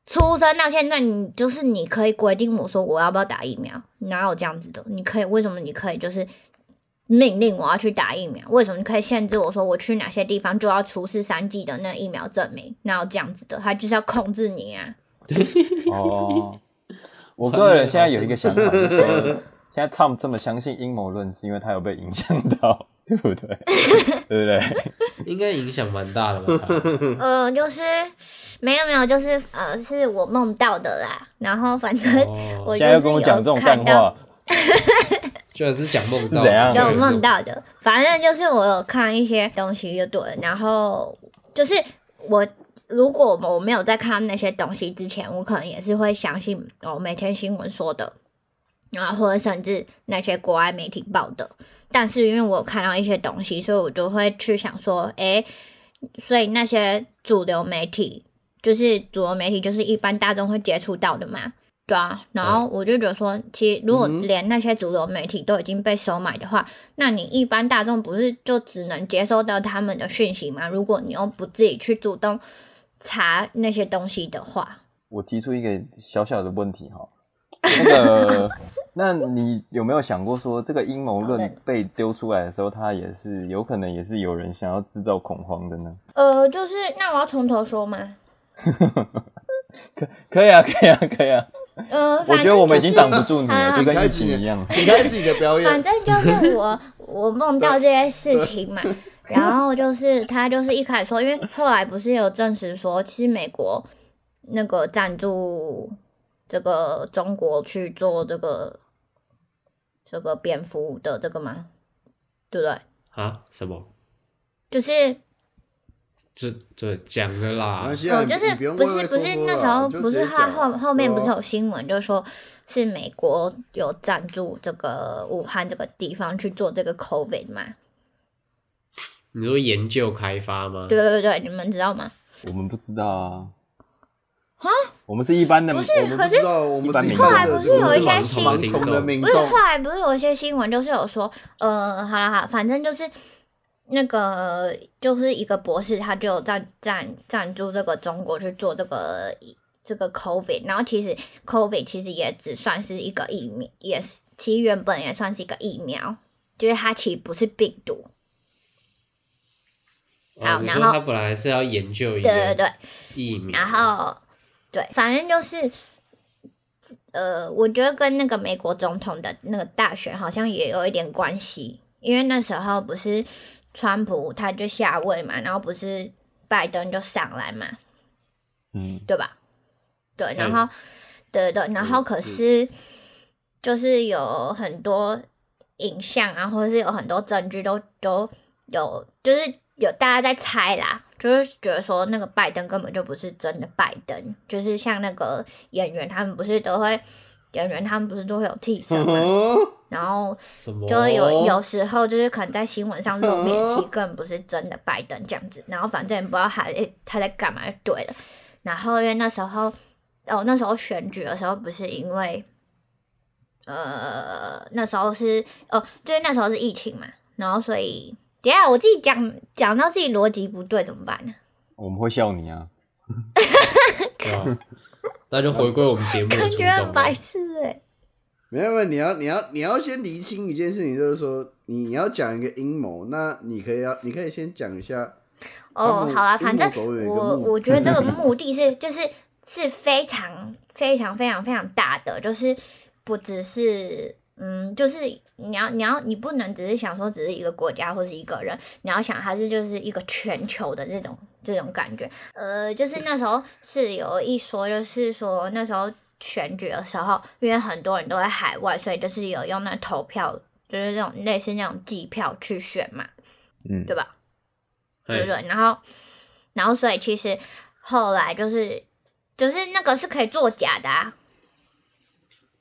[SPEAKER 2] 出生到现在，你就是你可以规定我说我要不要打疫苗？哪有这样子的？你可以为什么你可以就是命令我要去打疫苗？为什么你可以限制我说我去哪些地方就要出示三剂的那疫苗证明？哪有这样子的？他就是要控制你啊！
[SPEAKER 1] 哦， [laughs] 我个人现在有一个想法，就是说现在 Tom 这么相信阴谋论，是因为他有被影响到，对不
[SPEAKER 2] [laughs]
[SPEAKER 1] 对？对不对？
[SPEAKER 4] 应该影响蛮大的吧？他
[SPEAKER 1] 嗯
[SPEAKER 2] 呃，就是没有没有，就是呃，是我梦到的啦。然后反正 [laughs]
[SPEAKER 4] 哦，
[SPEAKER 2] 我
[SPEAKER 1] 现在
[SPEAKER 2] 就
[SPEAKER 1] 又
[SPEAKER 2] 是
[SPEAKER 1] 跟我讲这种干
[SPEAKER 2] 看到
[SPEAKER 1] 话，
[SPEAKER 4] 居然是讲梦
[SPEAKER 1] 是
[SPEAKER 4] 到，
[SPEAKER 1] 怎样
[SPEAKER 2] 有
[SPEAKER 1] 对
[SPEAKER 2] 梦到的，反正就是我有看一些东西就对了，然后就是我如果我没有在看那些东西之前，我可能也是会相信哦每天新闻说的，然后或者甚至那些国外媒体报的，但是因为我有看到一些东西，所以我就会去想说，诶，所以那些主流媒体就是主流媒体就是一般大众会接触到的嘛，对啊，然后我就觉得说，其实如果
[SPEAKER 3] 嗯哼
[SPEAKER 2] 连那些主流媒体都已经被收买的话，那你一般大众不是就只能接收到他们的讯息吗？如果你又不自己去主动查那些东西的话，
[SPEAKER 1] 我提出一个小小的问题哈，那个，那你有没有想过说，这个阴谋
[SPEAKER 2] 好
[SPEAKER 1] 论
[SPEAKER 2] 的
[SPEAKER 1] 被丢出来的时候，它也是有可能也是有人想要制造恐慌的呢？
[SPEAKER 2] 呃，就是那我要从头说吗？
[SPEAKER 1] 可以啊，可以啊，可以啊！
[SPEAKER 2] 呃，
[SPEAKER 1] 我
[SPEAKER 2] 反
[SPEAKER 1] 觉
[SPEAKER 2] 正
[SPEAKER 1] 得我们已
[SPEAKER 2] 就
[SPEAKER 1] 经
[SPEAKER 2] 是啊
[SPEAKER 1] 挡不住你
[SPEAKER 2] 好
[SPEAKER 1] 了，
[SPEAKER 2] 好
[SPEAKER 1] 就跟
[SPEAKER 3] 开
[SPEAKER 1] 疫
[SPEAKER 3] 始
[SPEAKER 1] 情一
[SPEAKER 2] [laughs]
[SPEAKER 1] 样。
[SPEAKER 3] 请开始你的表
[SPEAKER 2] 反
[SPEAKER 3] 演。
[SPEAKER 2] 正就是我，我梦到这些事情
[SPEAKER 3] [laughs]
[SPEAKER 2] 嘛，然后就是他就是一开始说，因为后来不是有证实说，其实美国那个赞助这个中国去做这个这个蝙蝠的这个嘛，对不对？
[SPEAKER 4] 啊？什么？
[SPEAKER 2] 就是
[SPEAKER 4] 这这讲的
[SPEAKER 3] 没
[SPEAKER 4] 啦
[SPEAKER 3] 关，系啊
[SPEAKER 2] 哦，就
[SPEAKER 3] 你你
[SPEAKER 2] 是
[SPEAKER 3] 用
[SPEAKER 2] 不
[SPEAKER 3] 畏畏
[SPEAKER 2] 是不
[SPEAKER 3] 缩
[SPEAKER 2] 是
[SPEAKER 3] 缩
[SPEAKER 2] 那
[SPEAKER 3] 啦
[SPEAKER 2] 时候
[SPEAKER 3] 啊你就
[SPEAKER 2] 不
[SPEAKER 3] 直
[SPEAKER 2] 是
[SPEAKER 3] 接
[SPEAKER 2] 他
[SPEAKER 3] 讲
[SPEAKER 2] 后后面
[SPEAKER 3] 对
[SPEAKER 2] 不
[SPEAKER 3] 啊
[SPEAKER 2] 是有新闻，就说是美国有赞助这个武汉这个地方去做这个 COVID 嘛？
[SPEAKER 4] 你说研究开发吗？
[SPEAKER 2] 对对对，你们知道吗？
[SPEAKER 1] 我们不知道啊，我们是一般的，
[SPEAKER 2] 不是
[SPEAKER 1] 我们
[SPEAKER 2] 可
[SPEAKER 3] 不知道我
[SPEAKER 1] 一
[SPEAKER 3] 们
[SPEAKER 1] 般
[SPEAKER 3] 是
[SPEAKER 1] 民
[SPEAKER 3] 一般
[SPEAKER 1] 众
[SPEAKER 3] 的
[SPEAKER 2] 后来不是有一些
[SPEAKER 3] 我们是
[SPEAKER 2] 新
[SPEAKER 3] 盲盲从的民
[SPEAKER 2] 不是，
[SPEAKER 3] 众
[SPEAKER 2] 后，来不是有一些新闻，就是有说，呃，好了好啦，反正就是那个就是一个博士，他就有赞赞赞助这个中国去做这个这个 COVID，然后其实 COVID 其实也只算是一个疫苗，也是其实原本也算是一个疫苗，就是它其实不是病毒，
[SPEAKER 4] 哦，
[SPEAKER 2] 好然
[SPEAKER 4] 你
[SPEAKER 2] 后
[SPEAKER 4] 说他本来是要研究一
[SPEAKER 2] 对对
[SPEAKER 4] 个
[SPEAKER 2] 对，
[SPEAKER 4] 疫苗，
[SPEAKER 2] 然后对，反正就是呃，我觉得跟那个美国总统的那个大选好像也有一点关系，因为那时候不是川普他就下位嘛，然后不是拜登就上来嘛，
[SPEAKER 1] 嗯，
[SPEAKER 2] 对吧？对，然
[SPEAKER 4] 嗯
[SPEAKER 2] 后，对对对，然后
[SPEAKER 4] 嗯
[SPEAKER 2] 可
[SPEAKER 4] 嗯
[SPEAKER 2] 是就是有很多影像啊，或者是有很多证据都都有，就是有大家在猜啦，就是觉得说那个拜登根本就不是真的拜登，就是像那个演员他们不是都会。演员他们不是都会有替
[SPEAKER 1] 嗯
[SPEAKER 2] 身
[SPEAKER 4] 嗯
[SPEAKER 2] 嘛，然后
[SPEAKER 4] 什么？
[SPEAKER 2] 就是
[SPEAKER 4] 哦
[SPEAKER 2] 有有时候就是可能在新闻上露面，其实根本不是真的拜登这样子，然后反正也不知道他他在干嘛就对了。然后因为那时候哦那时候选举的时候不是因为呃那时候是哦就是那时候是疫情嘛，然后所以 [clears throat] 等一下我自己讲讲到自己逻辑不对怎么办呢？
[SPEAKER 1] 我们会笑你啊。
[SPEAKER 4] 对 [laughs] 啊那就回归我们节目的
[SPEAKER 2] 感
[SPEAKER 4] 初
[SPEAKER 2] 觉很
[SPEAKER 4] 衷吧
[SPEAKER 2] 白。痴哎、
[SPEAKER 3] 没有没有，你要你要你要先厘清一件事情，就是说你你要讲一个阴谋，那你可以要你可以先讲一下
[SPEAKER 2] 哦
[SPEAKER 3] 他，们
[SPEAKER 2] 好啦，
[SPEAKER 3] 阴谋
[SPEAKER 2] 反正
[SPEAKER 3] 总有一个
[SPEAKER 2] 我
[SPEAKER 3] 目的
[SPEAKER 2] 我觉
[SPEAKER 3] [laughs]
[SPEAKER 2] 得这个目的是就是是非常非常非常非常大的，就是不只是嗯，就是你要你要你不能只是想说只是一个国家或是一个人，你要想它是就是一个全球的这种这种感觉。呃，就是那时候是有一说，就是说那时候选举的时候，因为很多人都在海外，所以就是有用那投票，就是那种类似那种计票去选嘛，
[SPEAKER 1] 嗯
[SPEAKER 2] 对，吧？对不
[SPEAKER 4] 哎，
[SPEAKER 2] 对？然后，然后所以其实后来就是就是那个是可以作假的、啊，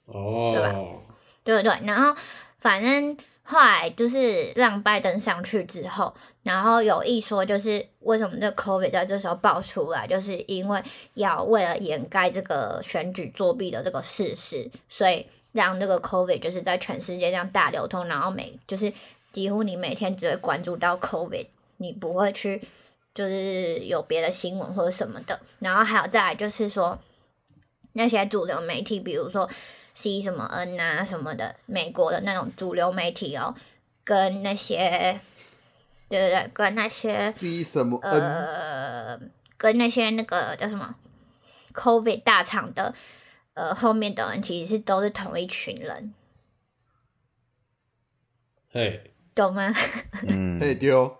[SPEAKER 2] 对
[SPEAKER 4] 哦，
[SPEAKER 2] 对不对？然后反正后来就是让拜登上去之后，然后有一说就是为什么这 COVID 在这时候爆出来，就是因为要为了掩盖这个选举作弊的这个事实，所以让这个 COVID 就是在全世界这样大流通，然后每就是几乎你每天只会关注到 COVID，你不会去就是有别的新闻或者什么的。然后还有再来就是说。那些主流媒体，比如说 C 什么 N 啊什么的，美国的那种主流媒体哦，跟那些，对对对，跟那
[SPEAKER 1] 呃
[SPEAKER 2] 些
[SPEAKER 3] C 什么 N？
[SPEAKER 2] 呃，跟那些那个叫什么 COVID 大厂的呃后面的人，其实是都是同一群人，
[SPEAKER 4] 哎，
[SPEAKER 2] 懂吗？ [laughs]
[SPEAKER 1] 嗯，
[SPEAKER 3] 嘿丢，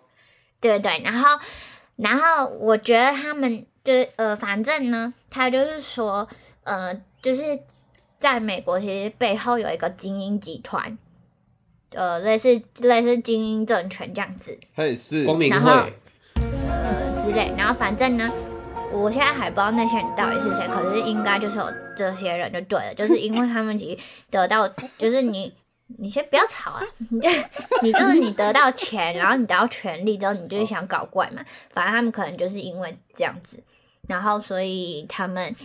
[SPEAKER 2] 对对，然后然后我觉得他们就是呃，反正呢，他就是说呃，就是在美国其实背后有一个精英集团，呃，类似类似精英政权这样子，
[SPEAKER 3] 嘿是
[SPEAKER 4] 光明
[SPEAKER 2] 然后
[SPEAKER 4] 会，
[SPEAKER 2] 呃之类，然后反正呢。我现在还不知道那些人到底是谁，可是应该就是有这些人就对了，就是因为他们其实得到， [laughs] 就是你，你先不要吵啊， [laughs] 你就你就是你得到钱，然后你得到权利之后，你就是想搞怪嘛，反正他们可能就是因为这样子，然后所以他们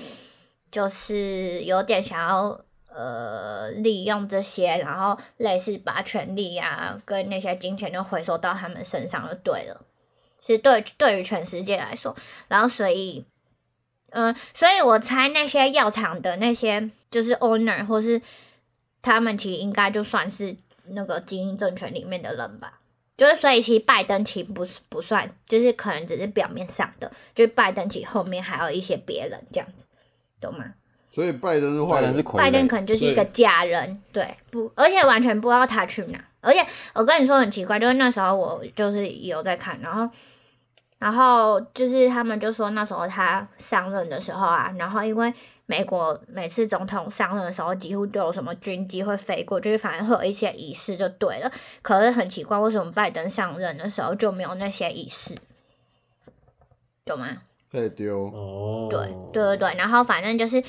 [SPEAKER 2] 就是有点想要呃利用这些，然后类似把权利啊跟那些金钱就回收到他们身上就对了。其实对对于全世界来说，然后所以，嗯、所以我猜那些药厂的那些就是 owner 或是他们，其实应该就算是那个精英政权里面的人吧。就是所以，其实拜登其实不是不算，就是可能只是表面上的，就是拜登其实后面还有一些别人这样子，懂吗？
[SPEAKER 3] 所以拜登是
[SPEAKER 1] 当
[SPEAKER 3] 坏
[SPEAKER 1] 然
[SPEAKER 3] 人
[SPEAKER 1] 是，傀儡。
[SPEAKER 2] 拜登可能就是一个假人，对，不，而且完全不知道他去哪。而且我跟你说很奇怪，就是那时候我就是有在看，然后，然后就是他们就说那时候他上任的时候啊，然后因为美国每次总统上任的时候，啊几乎都有什么军机会飞过，就是反正会有一些仪式就对了。可是很奇怪，为什么拜登上任的时候就没有那些仪式？懂吗？
[SPEAKER 3] 嘿丢，
[SPEAKER 4] 哦，
[SPEAKER 2] 对对对对，然后反正就是，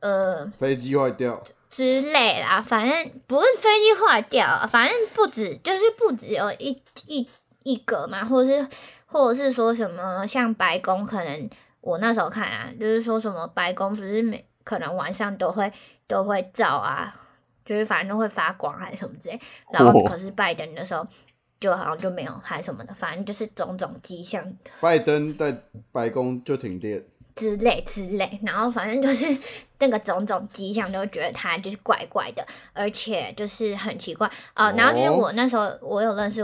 [SPEAKER 2] 呃，
[SPEAKER 3] 飞机坏掉，
[SPEAKER 2] 之类啦，反正不是飞机坏掉啊，反正不止就是不只有一一一个嘛，或者是或者是说什么像白宫，可能我那时候看啊，就是说什么白宫不是每可能晚上都会都会照啊，就是反正会发光还是什么之类，然后
[SPEAKER 1] 哦
[SPEAKER 2] 可是拜登的时候就好像就没有还什么的，反正就是种种迹象
[SPEAKER 3] 拜登在白宫就停电，
[SPEAKER 2] 之类之类，然后反正就是 [laughs] 那个种种迹象，都觉得他就是怪怪的，而且就是很奇怪啊、呃
[SPEAKER 3] 哦
[SPEAKER 2] 然后就是我那时候我有认识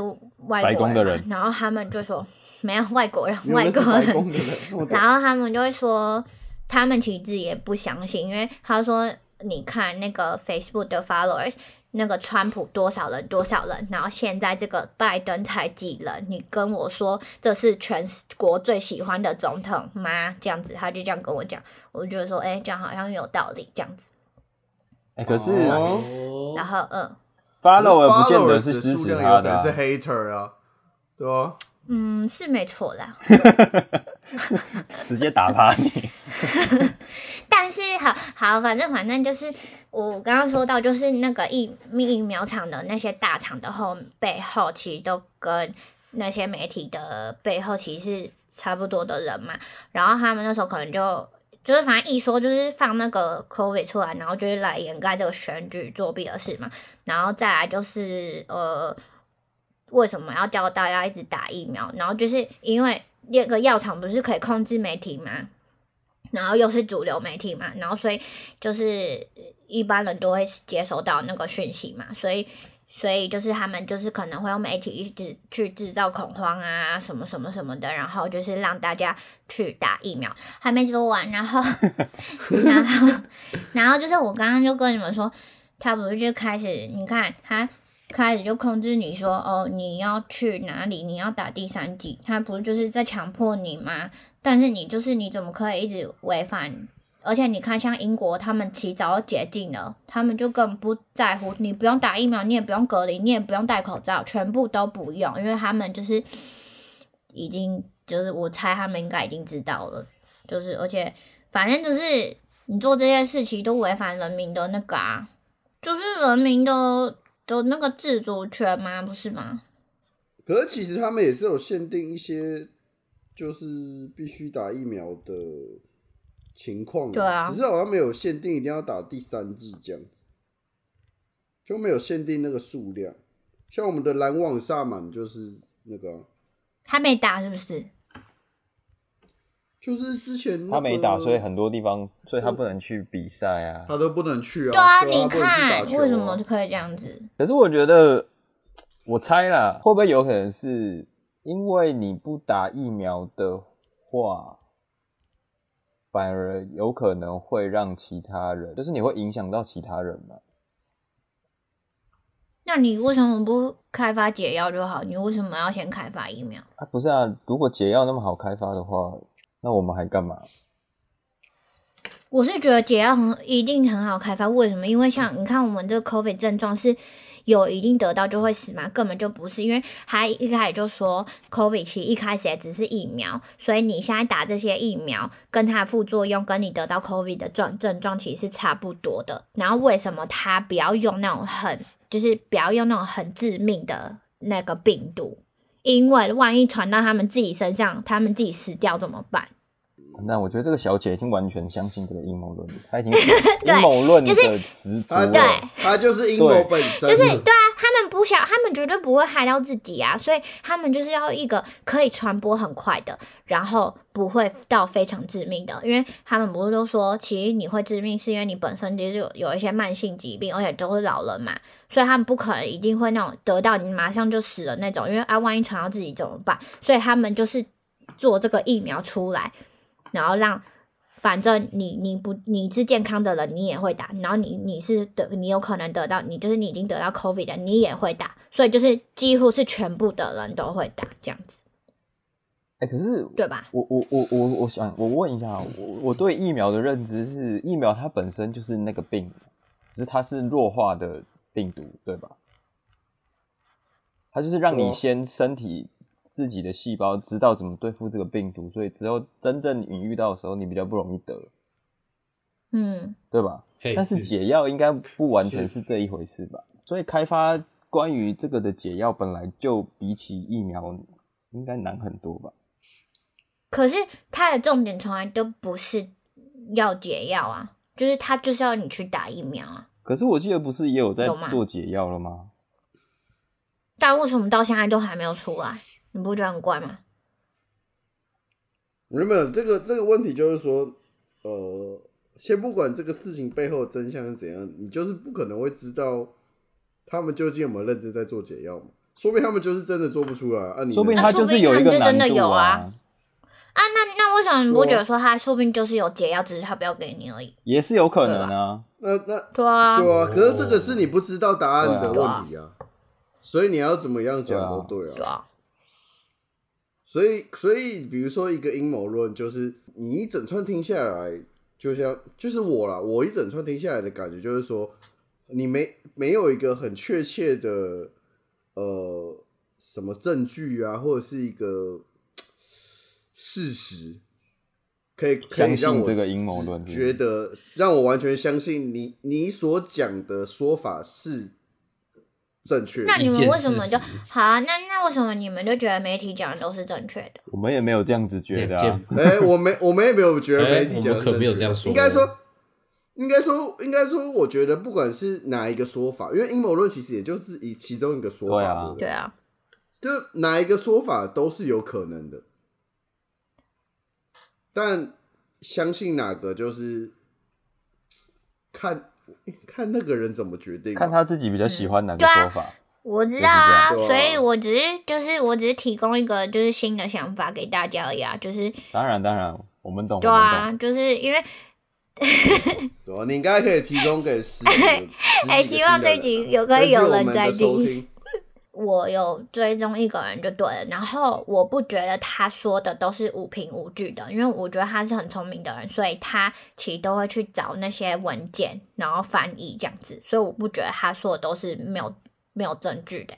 [SPEAKER 2] 外
[SPEAKER 1] 白
[SPEAKER 2] 国
[SPEAKER 1] 宫的
[SPEAKER 2] 嘛
[SPEAKER 1] 人
[SPEAKER 2] 然后他们就说没有外国人，
[SPEAKER 1] Oh
[SPEAKER 3] 因
[SPEAKER 2] 外
[SPEAKER 3] 为是
[SPEAKER 2] 国
[SPEAKER 3] 白
[SPEAKER 2] 人，
[SPEAKER 3] 宫的
[SPEAKER 1] [laughs]
[SPEAKER 3] 人，我懂
[SPEAKER 2] 然后他们就会说他们其实自己也不相信，因为他说你看那个 Facebook 的 followers。那个川普多少人多少人，然后现在这个拜登才几人？你跟我说这是全国最喜欢的总统吗？这样子，他就这样跟我讲，我就觉得说，哎、这样好像有道理，这样子。
[SPEAKER 1] 哎可是
[SPEAKER 3] 哦
[SPEAKER 2] 然
[SPEAKER 4] 哦，
[SPEAKER 2] 后，嗯
[SPEAKER 1] follower 不见得
[SPEAKER 3] Followers
[SPEAKER 1] 是
[SPEAKER 3] 的
[SPEAKER 1] 支
[SPEAKER 3] 数
[SPEAKER 1] 持
[SPEAKER 3] 量
[SPEAKER 1] 他
[SPEAKER 3] 有
[SPEAKER 1] 的
[SPEAKER 3] 可能
[SPEAKER 1] 啊，
[SPEAKER 3] 是 hater 啊，对吧？
[SPEAKER 2] 嗯，是没错啦。
[SPEAKER 1] 直接打趴
[SPEAKER 3] [laughs]
[SPEAKER 1] 你。
[SPEAKER 2] 但是好好，反正反正就是我刚刚说到，就是那个疫疫苗厂的那些大厂的后背后，其实都跟那些媒体的背后其实是差不多的人嘛。然后他们那时候可能就就是反正一说就是放那个 COVID 出来，然后就是来掩盖这个选举作弊的事嘛。然后再来就是呃，为什么要叫大家一直打疫苗？然后就是因为那个药厂不是可以控制媒体吗？然后又是主流媒体嘛，然后所以就是一般人都会接收到那个讯息嘛，所以所以就是他们就是可能会用媒体一直去制造恐慌啊，什么什么什么的，然后就是让大家去打疫苗。还没说完，然后然后然后就是我刚刚就跟你们说，他不是就开始，你看他开始就控制你说，哦，你要去哪里，你要打第三季，他不是就是在强迫你吗？但是你就是你怎么可以一直违反？而且你看，像英国他们提早就解禁了，他们就根本不在乎，你不用打疫苗，你也不用隔离，你也不用戴口罩，全部都不用，因为他们就是已经就是我猜他们应该已经知道了，就是而且反正就是你做这些事情都违反人民的那个啊，就是人民的的那个自主权嘛，不是吗？
[SPEAKER 3] 可是其实他们也是有限定一些，就是必须打疫苗的情况，
[SPEAKER 2] 对啊
[SPEAKER 3] 只是好像没有限定一定要打第三剂这样子，就没有限定那个数量。像我们的篮网萨满就是那个啊、
[SPEAKER 2] 他没打是不是？
[SPEAKER 3] 就是之前、
[SPEAKER 1] 他没打，所以很多地方，所以他不能去比赛啊。
[SPEAKER 3] 他都不能去啊。
[SPEAKER 2] 对啊，
[SPEAKER 3] 对
[SPEAKER 2] 你
[SPEAKER 3] 他不能去
[SPEAKER 2] 看
[SPEAKER 3] 打球啊
[SPEAKER 2] 为什么就可以这样子？
[SPEAKER 1] 可是我觉得，我猜啦，会不会有可能是因为你不打疫苗的话，反而有可能会让其他人，就是你会影响到其他人嘛？
[SPEAKER 2] 那你为什么不开发解药就好？你为什么要先开发疫苗？
[SPEAKER 1] 啊，不是啊，如果解药那么好开发的话，那我们还干嘛？
[SPEAKER 2] 我是觉得解药很一定很好开发，为什么？因为像你看我们这个 COVID 症状是有一定得到就会死嘛，根本就不是，因为还一开始就说 COVID 其实一开始也只是疫苗，所以你现在打这些疫苗跟它的副作用跟你得到 COVID 的状症状其实是差不多的。然后为什么它不要用那种很就是不要用那种很致命的那个病毒？因为万一传到他们自己身上，他们自己死掉怎么办？
[SPEAKER 1] 那我觉得这个小姐已经完全相信这个阴谋论了，她已
[SPEAKER 2] [laughs]
[SPEAKER 1] 经
[SPEAKER 2] 对
[SPEAKER 1] 阴谋论的
[SPEAKER 2] 就是
[SPEAKER 1] 十足
[SPEAKER 3] 他
[SPEAKER 1] 了。
[SPEAKER 2] 对
[SPEAKER 3] 他就是阴谋本身，
[SPEAKER 2] 就是对啊，他们不想，他们绝对不会害到自己啊，所以他们就是要一个可以传播很快的，然后不会到非常致命的，因为他们不是都说，其实你会致命是因为你本身就是有有一些慢性疾病，而且都是老人嘛，所以他们不可能一定会那种得到你马上就死的那种，因为啊，万一传到自己怎么办？所以他们就是做这个疫苗出来，然后让。反正你你不你是健康的人，你也会打，然后你你是得你有可能得到你就是你已经得到 COVID 的，你也会打，所以就是几乎是全部的人都会打这样子，
[SPEAKER 1] 哎、可是
[SPEAKER 2] 对吧？
[SPEAKER 1] 我我我我我想我问一下，啊我我对疫苗的认知是，疫苗它本身就是那个病，只是它是弱化的病毒，对吧？它就是让
[SPEAKER 3] 对
[SPEAKER 1] 你
[SPEAKER 3] 啊
[SPEAKER 1] 先身体自己的细胞知道怎么对付这个病毒，所以之后真正你遇到的时候，你比较不容易得，
[SPEAKER 2] 嗯，
[SPEAKER 1] 对吧？
[SPEAKER 4] 嘿
[SPEAKER 1] 但是解药应该不完全是这一回事吧？所以开发关于这个的解药本来就比起疫苗应该难很多吧？
[SPEAKER 2] 可是它的重点从来都不是要解药啊，就是它就是要你去打疫苗啊，
[SPEAKER 1] 可是我记得不是也有在
[SPEAKER 2] 有吗
[SPEAKER 1] 做解药了吗？
[SPEAKER 2] 但为什么到现在都还没有出来？你不觉得很怪吗？
[SPEAKER 3] 没有没有这个这个问题就是说，呃，先不管这个事情背后的真相是怎样，你就是不可能会知道他们究竟有没有认真在做解药嘛。说不定他们就是真的做不出来啊！你
[SPEAKER 1] 说不定
[SPEAKER 3] 能
[SPEAKER 1] 它就是有一个难
[SPEAKER 2] 那说不定他们是真的
[SPEAKER 1] 度
[SPEAKER 2] 有啊
[SPEAKER 1] 啊，
[SPEAKER 2] 啊，那那为什么你不觉得说它说不定就是有解药，只是它不要给你而已？
[SPEAKER 1] 也是有可能啊。
[SPEAKER 3] 那那
[SPEAKER 2] 对啊，
[SPEAKER 3] 对啊，可是这个是你不知道答案的
[SPEAKER 1] 对
[SPEAKER 2] 啊
[SPEAKER 3] 问题啊，所以你要怎么样讲都对
[SPEAKER 2] 对
[SPEAKER 3] 啊。
[SPEAKER 2] 啊，
[SPEAKER 3] 所以所以比如说一个阴谋论，就是你一整串听下来，就像就是我啦，我一整串听下来的感觉就是说，你没没有一个很确切的呃什么证据啊，或者是一个事实，可以可
[SPEAKER 1] 相
[SPEAKER 3] 以
[SPEAKER 1] 信
[SPEAKER 3] 让我
[SPEAKER 1] 这个阴谋论
[SPEAKER 3] 觉得让我完全相信你你所讲的说法是正确的。
[SPEAKER 2] 那你们
[SPEAKER 4] 一键
[SPEAKER 2] 为什么
[SPEAKER 4] 四
[SPEAKER 2] 就
[SPEAKER 4] 十
[SPEAKER 2] 好啊？那那为什么你们就觉得媒体讲的都是正确的？
[SPEAKER 1] 我们也没有这样子觉得
[SPEAKER 4] 两
[SPEAKER 1] 啊
[SPEAKER 4] 件。
[SPEAKER 3] 哎、我没，我们也没有觉得
[SPEAKER 4] 哎
[SPEAKER 3] 媒体
[SPEAKER 4] 我
[SPEAKER 3] 讲
[SPEAKER 4] 们
[SPEAKER 3] 的
[SPEAKER 4] 可没有
[SPEAKER 3] 正确
[SPEAKER 4] 这样说
[SPEAKER 3] 应该说，应该说，应该说，我觉得不管是哪一个说法，因为阴谋论其实也就是以其中一个说法，
[SPEAKER 1] 对啊
[SPEAKER 3] 对不
[SPEAKER 2] 对
[SPEAKER 3] 对
[SPEAKER 2] 啊，
[SPEAKER 3] 就是哪一个说法都是有可能的，但相信哪个就是看看那个人怎么决定吧，
[SPEAKER 1] 看他自己比较喜欢哪个
[SPEAKER 2] 对啊
[SPEAKER 1] 说法，
[SPEAKER 2] 我知道啊，
[SPEAKER 3] 就是这样
[SPEAKER 2] 所以我只是就是我只是提供一个就是新的想法给大家而已啊，就是
[SPEAKER 3] 哦
[SPEAKER 1] 当然当然，我们懂，
[SPEAKER 2] 对
[SPEAKER 1] 我们
[SPEAKER 2] 啊，
[SPEAKER 1] 懂。
[SPEAKER 2] 就是因为
[SPEAKER 3] 对吧、你应该可以提供给十几个
[SPEAKER 2] [laughs] 哎
[SPEAKER 3] 十几个
[SPEAKER 2] 希望
[SPEAKER 3] 新的人啊
[SPEAKER 2] 这集有个有人在听
[SPEAKER 3] 根据我们的收听。
[SPEAKER 2] 我有追踪一个人就对了，然后我不觉得他说的都是无凭无据的，因为我觉得他是很聪明的人，所以他其实都会去找那些文件，然后翻译这样子，所以我不觉得他说的都是没有没有证据的。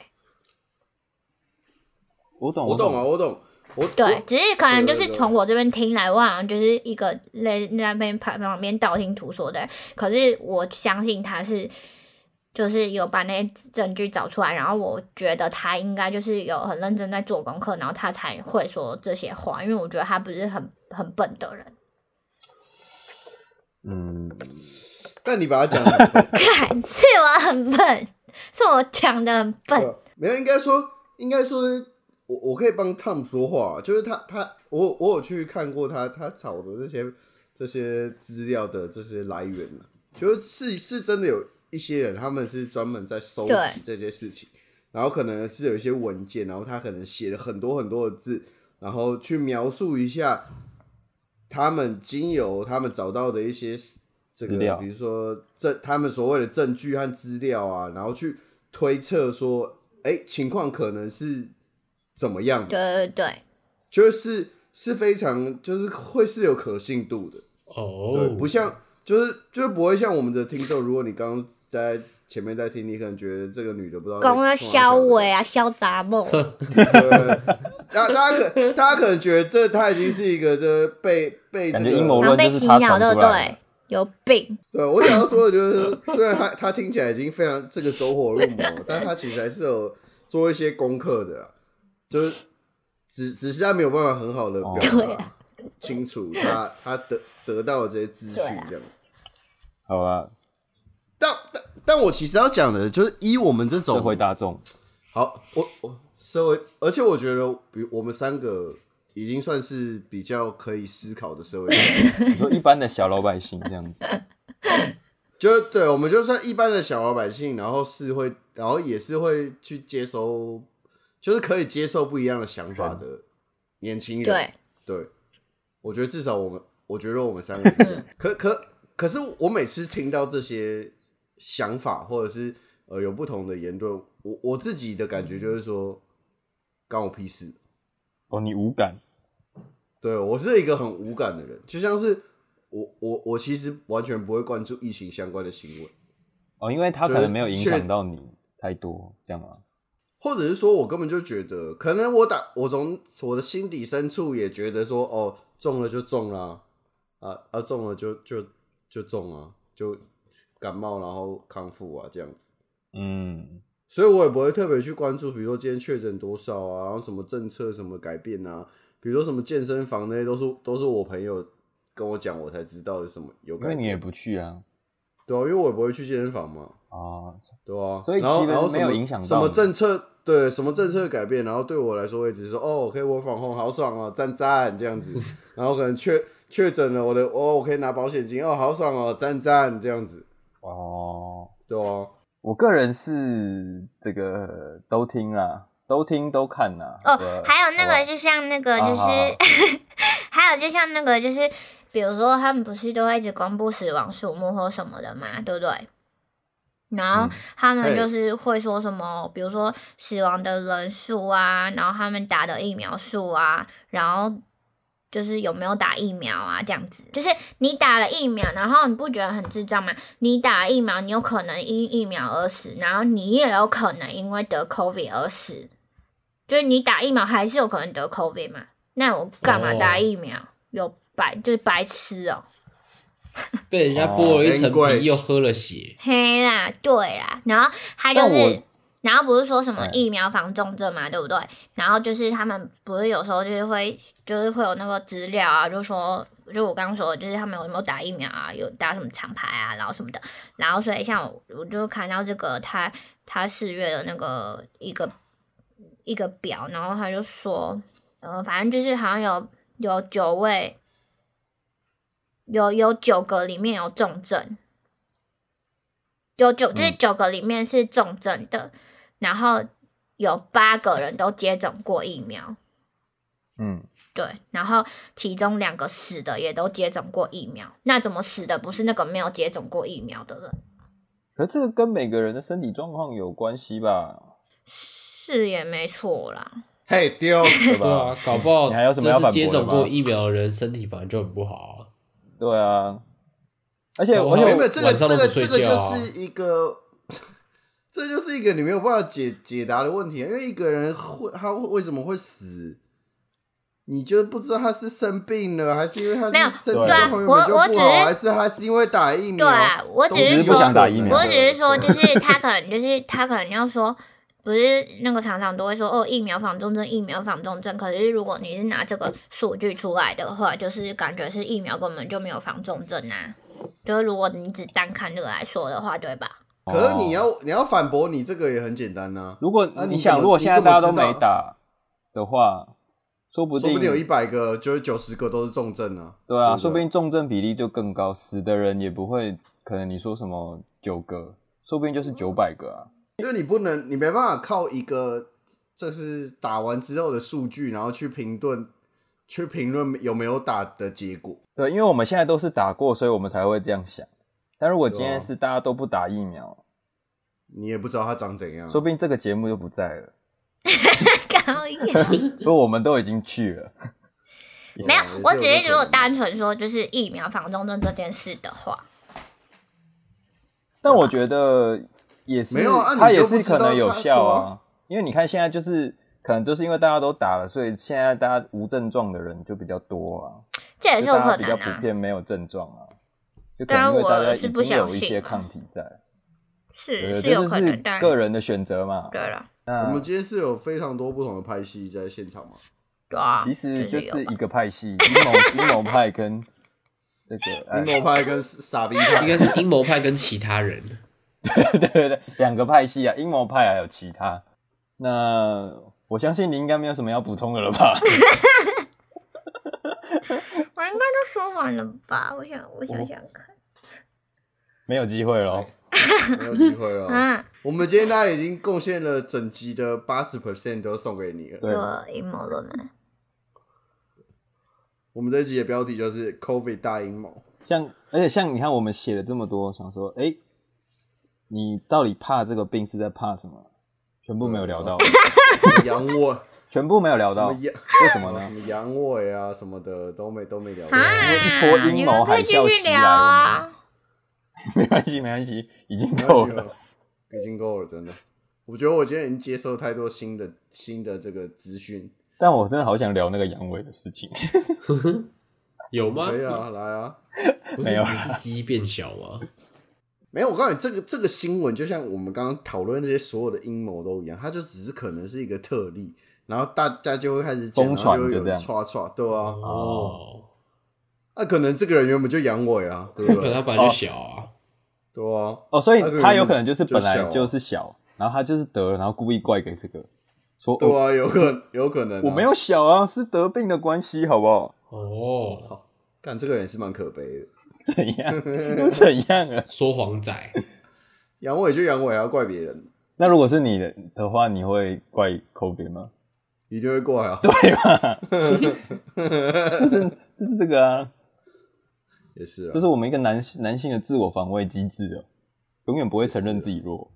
[SPEAKER 1] 我懂，
[SPEAKER 3] 我懂啊，
[SPEAKER 1] 啊，
[SPEAKER 3] 我懂。我
[SPEAKER 2] 对
[SPEAKER 3] 我，
[SPEAKER 2] 只是可能就
[SPEAKER 3] 对
[SPEAKER 2] 是
[SPEAKER 3] 对
[SPEAKER 2] 从我这边听来，我好像就是一个那那边旁旁边道听途说的人，可是我相信他是就是有把那些证据找出来，然后我觉得他应该就是有很认真在做功课，然后他才会说这些话，因为我觉得他不是很很笨的人。
[SPEAKER 1] 嗯，
[SPEAKER 3] 但你把它讲得很好，
[SPEAKER 2] [laughs] 看，是我很笨，是我讲的很
[SPEAKER 3] 对
[SPEAKER 2] 笨
[SPEAKER 3] 吧。没有，应该说，应该说，我我可以帮 Tom 说话，就是他他我我有去看过他他找的这些这些资料的这些来源啊就是是是真的有一些人，他们是专门在收集
[SPEAKER 2] 对
[SPEAKER 3] 这些事情，然后可能是有一些文件，然后他可能写了很多很多的字，然后去描述一下他们经由他们找到的一些 s- 这个
[SPEAKER 1] 资料，
[SPEAKER 3] 比如说证他们所谓的证据和资料啊，然后去推测说，哎、情况可能是怎么样的，
[SPEAKER 2] 对对对，
[SPEAKER 3] 就是是非常就是会是有可信度的。对，
[SPEAKER 4] 哦，
[SPEAKER 3] 不像就是就是不会像我们的听众，如果你刚刚在前面在听，你可能觉得这个女的不知道在
[SPEAKER 2] 刚刚肖伟
[SPEAKER 3] 尾，
[SPEAKER 2] 啊，肖杂
[SPEAKER 1] [laughs]
[SPEAKER 2] 梦，
[SPEAKER 3] 对对对大大家可大家可能觉得这她已经是一个这被被这
[SPEAKER 1] 感觉阴谋
[SPEAKER 2] 然
[SPEAKER 1] 论
[SPEAKER 2] 后
[SPEAKER 3] 个，
[SPEAKER 2] 被
[SPEAKER 1] 就是
[SPEAKER 2] 洗
[SPEAKER 1] 他
[SPEAKER 2] 脑，
[SPEAKER 1] 传
[SPEAKER 2] 对
[SPEAKER 1] 出
[SPEAKER 2] 不
[SPEAKER 1] 来
[SPEAKER 2] 对？有病。
[SPEAKER 3] [laughs] 对我想要说
[SPEAKER 1] [laughs]
[SPEAKER 3] 的就是，虽然她她听起来已经非常这个走火入魔，但她其实还是有做一些功课的啦，就是只只是她没有办法很好的
[SPEAKER 1] 哦
[SPEAKER 3] 表
[SPEAKER 2] 对啊
[SPEAKER 3] 达清楚她她得得到的这些资讯
[SPEAKER 2] 对啊
[SPEAKER 3] 这样子。
[SPEAKER 1] 好啊吧，
[SPEAKER 3] 但但但我其实要讲的就是，以我们这
[SPEAKER 1] 社
[SPEAKER 3] 种
[SPEAKER 1] 会大众，
[SPEAKER 3] 好，我我社会，而且我觉得，比我们三个已经算是比较可以思考的社会人，
[SPEAKER 1] 你说一般的小老百姓这样子，
[SPEAKER 3] 就对，我们就算一般的小老百姓，然后是会，然后也是会去接收，就是可以接受不一样的想法的年轻人。
[SPEAKER 2] 对，
[SPEAKER 3] 对，我觉得至少我们，我觉得我们三个是这样。可可可是，我每次听到这些想法，或者是呃有不同的言论，我我自己的感觉就是说，干我屁事。
[SPEAKER 1] 哦，你无感，
[SPEAKER 3] 对我是一个很无感的人，就像是我我我其实完全不会关注疫情相关的新闻，
[SPEAKER 1] 哦，因为他可
[SPEAKER 3] 就是
[SPEAKER 1] 能没有影
[SPEAKER 3] 确
[SPEAKER 1] 响到你太多，这样啊吗？
[SPEAKER 3] 或者是说我根本就觉得，可能我打我从我的心底深处也觉得说，哦，中了就中啦、啊，啊中了就就就中啊，就感冒然后康复啊这样子，
[SPEAKER 1] 嗯，
[SPEAKER 3] 所以我也不会特别去关注，比如说今天确诊多少啊，然后什么政策什么改变啊，比如说什么健身房那些都是都是我朋友跟我讲，我才知道有什么有
[SPEAKER 1] 因为
[SPEAKER 3] 改
[SPEAKER 1] 你也
[SPEAKER 3] 变，
[SPEAKER 1] 不去啊，
[SPEAKER 3] 对啊，因为我也不会去健身房嘛。
[SPEAKER 1] 啊，
[SPEAKER 3] 对啊，
[SPEAKER 1] 所以
[SPEAKER 3] 然后
[SPEAKER 1] 其实
[SPEAKER 3] 然后什
[SPEAKER 1] 没有
[SPEAKER 3] 么
[SPEAKER 1] 影响到
[SPEAKER 3] 什么
[SPEAKER 1] 你
[SPEAKER 3] 政策，对什么政策改变，然后对我来说，我也只是说哦，我可以 work from home，好爽哦，赞赞这
[SPEAKER 1] [laughs]
[SPEAKER 3] 样子，然后可能确确诊了，我的哦，我可以拿保险金，哦，好爽哦，赞赞这样子，
[SPEAKER 1] 哦，
[SPEAKER 3] 对哦、
[SPEAKER 1] 我个人是这个都听啦，都听都看啦。
[SPEAKER 2] 哦
[SPEAKER 1] 对，啊
[SPEAKER 2] 还有那
[SPEAKER 1] 好吧
[SPEAKER 2] 个，就像那个，
[SPEAKER 1] 啊
[SPEAKER 2] 就
[SPEAKER 1] 好好
[SPEAKER 2] 是， [laughs] 还有就像那个，就是，比如说他们不是都会一直公布死亡数目或什么的嘛，对不对？然后
[SPEAKER 1] 嗯
[SPEAKER 2] 他们
[SPEAKER 3] 嘿
[SPEAKER 2] 就是会说什么，比如说死亡的人数啊，然后他们打的疫苗数啊，然后就是有没有打疫苗啊，这样子。就是你打了疫苗，然后你不觉得很智障吗？你打了疫苗，你有可能因疫苗而死，然后你也有可能因为得 COVID 而死。就是你打疫苗还是有可能得 COVID 嘛？那我干嘛打
[SPEAKER 4] 哦
[SPEAKER 2] 疫苗？有白就是白痴哦、
[SPEAKER 4] 被人家剥了一层
[SPEAKER 3] 哦难怪
[SPEAKER 4] 皮，又喝了血。
[SPEAKER 2] 嘿啦，对啦，然后他就
[SPEAKER 1] 但我
[SPEAKER 2] 是，然后不是说什么
[SPEAKER 1] 哎
[SPEAKER 2] 疫苗防重症嘛，对不对？然后就是他们不是有时候就是会，就是会有那个资料啊，就说，就我刚刚说的，就是他们有没有打疫苗啊，有打什么厂牌啊，然后什么的，然后所以像我，我就看到这个他他四月的那个一个一个表，然后他就说，呃，反正就是好像有有九位，有有九个里面有重症，有九就是
[SPEAKER 1] 嗯
[SPEAKER 2] 九个里面是重症的，然后有八个人都接种过疫苗，
[SPEAKER 1] 嗯，
[SPEAKER 2] 对，然后其中两个死的也都接种过疫苗，那怎么死的不是那个没有接种过疫苗的人？
[SPEAKER 1] 可这个跟每个人的身体状况有关系吧？
[SPEAKER 2] 是也没错啦，
[SPEAKER 3] 嘿丢，
[SPEAKER 1] 对
[SPEAKER 4] 对
[SPEAKER 1] 吧
[SPEAKER 4] 啊？，搞不好
[SPEAKER 1] 你还有什么要
[SPEAKER 4] 就是
[SPEAKER 1] 反驳的
[SPEAKER 4] 接
[SPEAKER 1] 吗
[SPEAKER 4] 种过疫苗的人身体本来就很不好
[SPEAKER 1] 对啊，而且
[SPEAKER 4] 我
[SPEAKER 1] 而且
[SPEAKER 4] 没
[SPEAKER 1] 我
[SPEAKER 4] 有
[SPEAKER 3] 哦没有这个
[SPEAKER 4] 晚上
[SPEAKER 3] 这
[SPEAKER 4] 都不
[SPEAKER 3] 个
[SPEAKER 4] 睡
[SPEAKER 3] 这个
[SPEAKER 4] 觉啊
[SPEAKER 3] 就是一个， [laughs] 这就是一个你没有办法解解答的问题啊，因为一个人会他会为什么会死？你就不知道他是生病了，还是因为他是
[SPEAKER 2] 没有啊
[SPEAKER 3] 身体
[SPEAKER 1] 对
[SPEAKER 3] 状况原本就
[SPEAKER 2] 我我
[SPEAKER 3] 不好，
[SPEAKER 2] 只是
[SPEAKER 3] 还是他是因为打疫苗？
[SPEAKER 2] 对啊我
[SPEAKER 3] 都
[SPEAKER 2] 只
[SPEAKER 1] 是
[SPEAKER 3] 有
[SPEAKER 1] 说不想打疫苗
[SPEAKER 3] 可
[SPEAKER 2] 我
[SPEAKER 3] 能
[SPEAKER 2] 只是说，
[SPEAKER 3] 对
[SPEAKER 2] 就是他可能就是他可能要说，不是那个厂长都会说哦，疫苗防重症，疫苗防重症。可是如果你是拿这个数据出来的话，就是感觉是疫苗根本就没有防重症啊。就是如果你只单看这个来说的话，对吧？ [laughs]
[SPEAKER 3] 可是你要你要反驳你这个也很简单呐、
[SPEAKER 1] 如果
[SPEAKER 3] 啊你
[SPEAKER 1] 你想，
[SPEAKER 3] 怎么
[SPEAKER 1] 如果现在大家都没
[SPEAKER 3] 你怎么知啊
[SPEAKER 1] 打的话，说不
[SPEAKER 3] 说
[SPEAKER 1] 定
[SPEAKER 3] 不定有一百个就是九十个都是重症啊。
[SPEAKER 1] 对啊，
[SPEAKER 3] 对不对
[SPEAKER 1] 说不定重症比例就更高，死的人也不会，可能你说什么九个，说不定就是九百个啊。
[SPEAKER 3] 就是你不能，你没办法靠一个这是打完之后的数据，然后去评论，去评论有没有打的结果。
[SPEAKER 1] 对，因为我们现在都是打过，所以我们才会这样想。但如果今
[SPEAKER 3] 对啊
[SPEAKER 1] 天是大家都不打疫苗，
[SPEAKER 3] 你也不知道它长怎样。
[SPEAKER 1] 说不定这个节目就不在了，
[SPEAKER 2] 高压。
[SPEAKER 1] 因为我们都已经去 [laughs] 了。
[SPEAKER 2] 没有
[SPEAKER 3] 也是，
[SPEAKER 2] 我只
[SPEAKER 3] 这
[SPEAKER 2] 是
[SPEAKER 3] 个
[SPEAKER 2] 如果
[SPEAKER 3] 可能
[SPEAKER 2] 单纯说就是疫苗防重症这件事的话，
[SPEAKER 1] 但我觉得也是，
[SPEAKER 3] 没有啊
[SPEAKER 1] 它
[SPEAKER 3] 你
[SPEAKER 1] 也
[SPEAKER 3] 就是不知
[SPEAKER 1] 可
[SPEAKER 3] 道
[SPEAKER 1] 能有
[SPEAKER 3] 它
[SPEAKER 1] 效
[SPEAKER 3] 对
[SPEAKER 1] 啊，因为你看现在就是可能就是因为大家都打了，所以现在大家无症状的人就比较多啊，
[SPEAKER 2] 这也
[SPEAKER 1] 就是
[SPEAKER 2] 有
[SPEAKER 1] 大家比
[SPEAKER 2] 可
[SPEAKER 1] 较
[SPEAKER 2] 能
[SPEAKER 1] 普
[SPEAKER 2] 啊。
[SPEAKER 1] 遍没有症状啊，就可
[SPEAKER 2] 当然
[SPEAKER 1] 能因为大家
[SPEAKER 2] 我
[SPEAKER 1] 已
[SPEAKER 2] 是
[SPEAKER 1] 经
[SPEAKER 2] 不相
[SPEAKER 1] 有一
[SPEAKER 2] 信
[SPEAKER 1] 些
[SPEAKER 2] 啊
[SPEAKER 1] 抗体在，
[SPEAKER 2] 是
[SPEAKER 1] 对，
[SPEAKER 2] 是
[SPEAKER 1] 这
[SPEAKER 2] 有
[SPEAKER 1] 就
[SPEAKER 2] 可
[SPEAKER 1] 是
[SPEAKER 2] 能，但
[SPEAKER 1] 个人的选择嘛。
[SPEAKER 2] 对了，
[SPEAKER 3] 我
[SPEAKER 1] 那
[SPEAKER 3] 们今天是有非常多不同的拍戏在现场嘛？
[SPEAKER 2] 对啊，
[SPEAKER 1] 其实就
[SPEAKER 2] 有
[SPEAKER 1] 是
[SPEAKER 2] 吧
[SPEAKER 1] 一个派系，阴谋阴谋派跟这个哎
[SPEAKER 3] 阴谋派跟傻逼
[SPEAKER 4] 啊，应该
[SPEAKER 3] 派，
[SPEAKER 4] 是阴谋派跟其他人。
[SPEAKER 1] [laughs] 对对对，两个派系啊，阴谋派还有其他。那我相信你应该没有什么要补充的了吧？ [laughs]
[SPEAKER 2] 我应该都说完了吧？我想，我
[SPEAKER 1] 哦
[SPEAKER 2] 想想看
[SPEAKER 1] 没有机会喽。
[SPEAKER 3] [laughs] 没有机会
[SPEAKER 1] 哦
[SPEAKER 3] 了。
[SPEAKER 2] 啊，
[SPEAKER 3] 我们今天大家已经贡献了整集的八十 percent 都送给你了。
[SPEAKER 1] 对
[SPEAKER 2] 做阴谋论啊，
[SPEAKER 3] 我们这集的标题就是 “COVID 大阴
[SPEAKER 1] [laughs]
[SPEAKER 3] 谋
[SPEAKER 1] 像而且像你看，我们写了这么多，想说，哎、你到底怕这个病是在怕什么？全部没有聊到，”，
[SPEAKER 3] 阳痿，
[SPEAKER 1] 全部没有聊
[SPEAKER 3] 什
[SPEAKER 1] 到，
[SPEAKER 3] 么
[SPEAKER 1] 为
[SPEAKER 3] 阳，
[SPEAKER 1] 什么
[SPEAKER 3] [laughs] 什
[SPEAKER 1] 呢？
[SPEAKER 3] 么阳痿啊什么的都没都没聊到。
[SPEAKER 1] 因为一波
[SPEAKER 2] 啊，
[SPEAKER 1] 阴
[SPEAKER 2] 你
[SPEAKER 1] 谋
[SPEAKER 2] 们可
[SPEAKER 1] 海
[SPEAKER 2] 以
[SPEAKER 1] 啸
[SPEAKER 2] 继
[SPEAKER 1] 袭
[SPEAKER 2] 续
[SPEAKER 1] 来
[SPEAKER 2] 聊啊。
[SPEAKER 1] [laughs] 没关系，没关系，已经
[SPEAKER 3] 没
[SPEAKER 1] 够
[SPEAKER 3] 关系
[SPEAKER 1] 了。
[SPEAKER 3] 了，已经够了，真的。我觉得我今天已经接受太多新的新的这个资讯。
[SPEAKER 1] 但我真的好想聊那个阳痿的事情。 [laughs]
[SPEAKER 4] 有吗？
[SPEAKER 3] 可以啊，来啊。
[SPEAKER 4] 不是
[SPEAKER 1] 没有
[SPEAKER 4] 只是鸡变小
[SPEAKER 1] [laughs]
[SPEAKER 4] 吗？
[SPEAKER 3] 没有，我告诉你，这个这个新闻就像我们刚刚讨论那些所有的阴谋都一样，它就只是可能是一个特例，然后大家就会开始讲，
[SPEAKER 1] 疯
[SPEAKER 3] 然后
[SPEAKER 1] 传
[SPEAKER 3] 就会有
[SPEAKER 1] 就这样嗯
[SPEAKER 3] 刷刷，对啊，
[SPEAKER 4] 哦，
[SPEAKER 3] 那、可能这个人原本就阳痿啊，对不
[SPEAKER 4] 可能
[SPEAKER 3] 对？
[SPEAKER 4] 他本来就小啊。
[SPEAKER 3] 对啊，
[SPEAKER 1] 哦，所以
[SPEAKER 3] 那个
[SPEAKER 1] 他
[SPEAKER 3] 人
[SPEAKER 1] 有可能就是
[SPEAKER 3] 就
[SPEAKER 1] 本来
[SPEAKER 3] 小啊
[SPEAKER 1] 就是小，然后他就是得了，然后故意怪给这个，说
[SPEAKER 3] 对
[SPEAKER 1] 我
[SPEAKER 3] 啊，有可有可能啊、
[SPEAKER 1] 我没有小啊，是得病的关系，好不好？ [laughs]
[SPEAKER 4] 哦，
[SPEAKER 3] 干，这个人也是蛮可悲的，
[SPEAKER 1] 怎样？
[SPEAKER 3] [laughs]
[SPEAKER 1] 又怎样啊？
[SPEAKER 4] 说谎仔，
[SPEAKER 3] 阳痿就阳痿，还要怪别人，
[SPEAKER 1] 那如果是你的的话，你会怪 COVID 吗？
[SPEAKER 3] 一定会怪啊，
[SPEAKER 1] 就是就是这个啊，
[SPEAKER 3] 也是
[SPEAKER 1] 这
[SPEAKER 3] 啊，
[SPEAKER 1] 是我们一个男性男性的自我防卫机制哦，永远不会承认自己弱。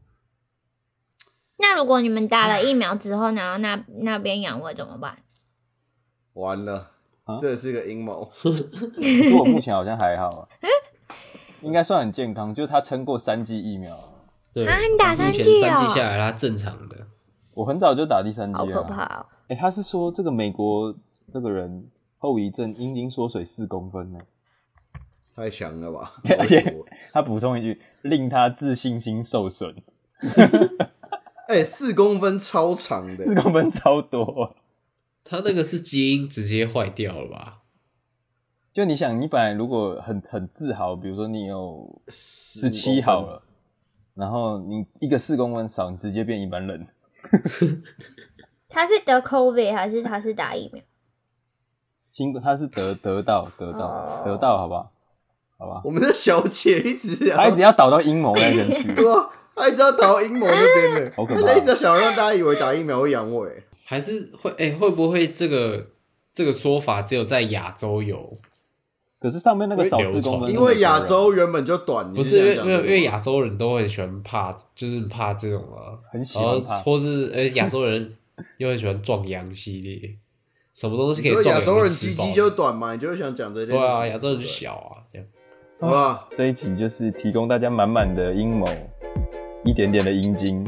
[SPEAKER 2] 那如果你们打了疫苗之后，然后那那边阳痿怎
[SPEAKER 1] [laughs]
[SPEAKER 2] 么办？
[SPEAKER 3] 完了
[SPEAKER 1] 啊，
[SPEAKER 3] 这也是个阴谋，啊
[SPEAKER 1] 可是我目前好像还好啊，应该算很健康，就是他撑过三剂疫苗了。
[SPEAKER 4] 对，
[SPEAKER 2] 啊你打
[SPEAKER 4] 目前
[SPEAKER 2] 三剂
[SPEAKER 4] 三
[SPEAKER 2] 哦
[SPEAKER 4] 剂下来，他正常的。
[SPEAKER 1] 我很早就打第三剂
[SPEAKER 2] 好
[SPEAKER 1] 了
[SPEAKER 2] 可
[SPEAKER 1] 啊。
[SPEAKER 2] 怕哦！
[SPEAKER 1] 哎、他是说这个美国这个人后遗症阴茎缩水四公分呢。
[SPEAKER 3] 太强
[SPEAKER 1] [laughs]
[SPEAKER 3] 了吧？
[SPEAKER 1] 而且
[SPEAKER 3] 我说
[SPEAKER 1] 他补充一句，令他自信心受损，
[SPEAKER 3] 哎、四公分超长的，
[SPEAKER 1] 四公分超多。
[SPEAKER 4] 他那个是基因直接坏掉了吧？
[SPEAKER 1] 就你想，你本来如果很很自豪，比如说你有
[SPEAKER 3] 十
[SPEAKER 1] 十七好，了，然后你一个四公分少，你直接变一般人。
[SPEAKER 2] 他是得 COVID 还是他是打疫
[SPEAKER 1] [laughs]
[SPEAKER 2] 苗？
[SPEAKER 1] 辛苦，他是得得到得到得到，好不好？好吧，
[SPEAKER 3] 我们的小姐一直要
[SPEAKER 1] 他一直要倒到阴谋那边去。
[SPEAKER 3] 对啊，她一直要倒阴谋那边的，
[SPEAKER 1] [laughs] 好可怕
[SPEAKER 3] 哎她一直想让大家以为打疫苗会阳痿，
[SPEAKER 4] 还是会哎、会不会这个这个说法只有在亚洲有，
[SPEAKER 1] 可是上面那个少四公分，
[SPEAKER 4] 流
[SPEAKER 3] 因为亚洲原本就短，
[SPEAKER 4] 不
[SPEAKER 3] 你
[SPEAKER 4] 是因
[SPEAKER 3] 这样
[SPEAKER 4] 为因为
[SPEAKER 3] 讲
[SPEAKER 4] 因为亚洲人都很喜欢怕，就是怕这种啊，
[SPEAKER 1] 很喜
[SPEAKER 4] 然后
[SPEAKER 1] 欢
[SPEAKER 3] 哦
[SPEAKER 1] 怕，
[SPEAKER 4] 或是而且亚洲人又很喜欢壮阳系列，什么东西可
[SPEAKER 3] 你说
[SPEAKER 4] 以壮
[SPEAKER 3] 亚洲
[SPEAKER 4] 阳
[SPEAKER 3] 人
[SPEAKER 4] 吃
[SPEAKER 3] 鸡
[SPEAKER 4] 饱啊
[SPEAKER 3] 鸡就短嘛，你就会想讲这件事
[SPEAKER 4] 对
[SPEAKER 3] 情。
[SPEAKER 4] 啊，亚洲人小啊，这样
[SPEAKER 3] 好吧，
[SPEAKER 1] 这一集就是提供大家满满的阴谋，一点点的阴茎。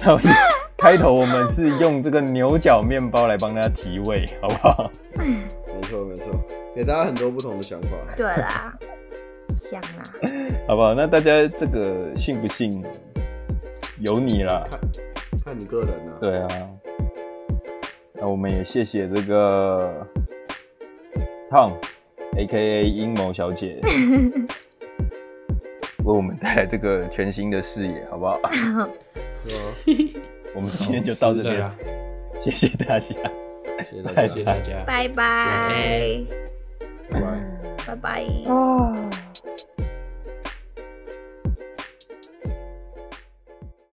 [SPEAKER 1] 然后开头我们是用这个牛角面包来帮大家提味， [laughs] 好不好？
[SPEAKER 3] 没错没错，给大家很多不同的想法。
[SPEAKER 2] 对啦，香啊，
[SPEAKER 1] 好不好？那大家这个信不信由你啦。
[SPEAKER 3] 看你个人啊。
[SPEAKER 1] 对啊，那我们也谢谢这个 Tom A.K.A 阴谋小姐，为我们带来这个全新的视野，好不好？
[SPEAKER 3] 对啊，
[SPEAKER 1] 我们今天就到这
[SPEAKER 4] 对
[SPEAKER 1] 边
[SPEAKER 4] 啊，，
[SPEAKER 1] 谢谢大家。
[SPEAKER 3] 谢谢大家
[SPEAKER 4] [laughs] 谢，谢大家。
[SPEAKER 2] 拜拜，
[SPEAKER 3] 拜拜。
[SPEAKER 2] 拜拜。
[SPEAKER 1] 哦。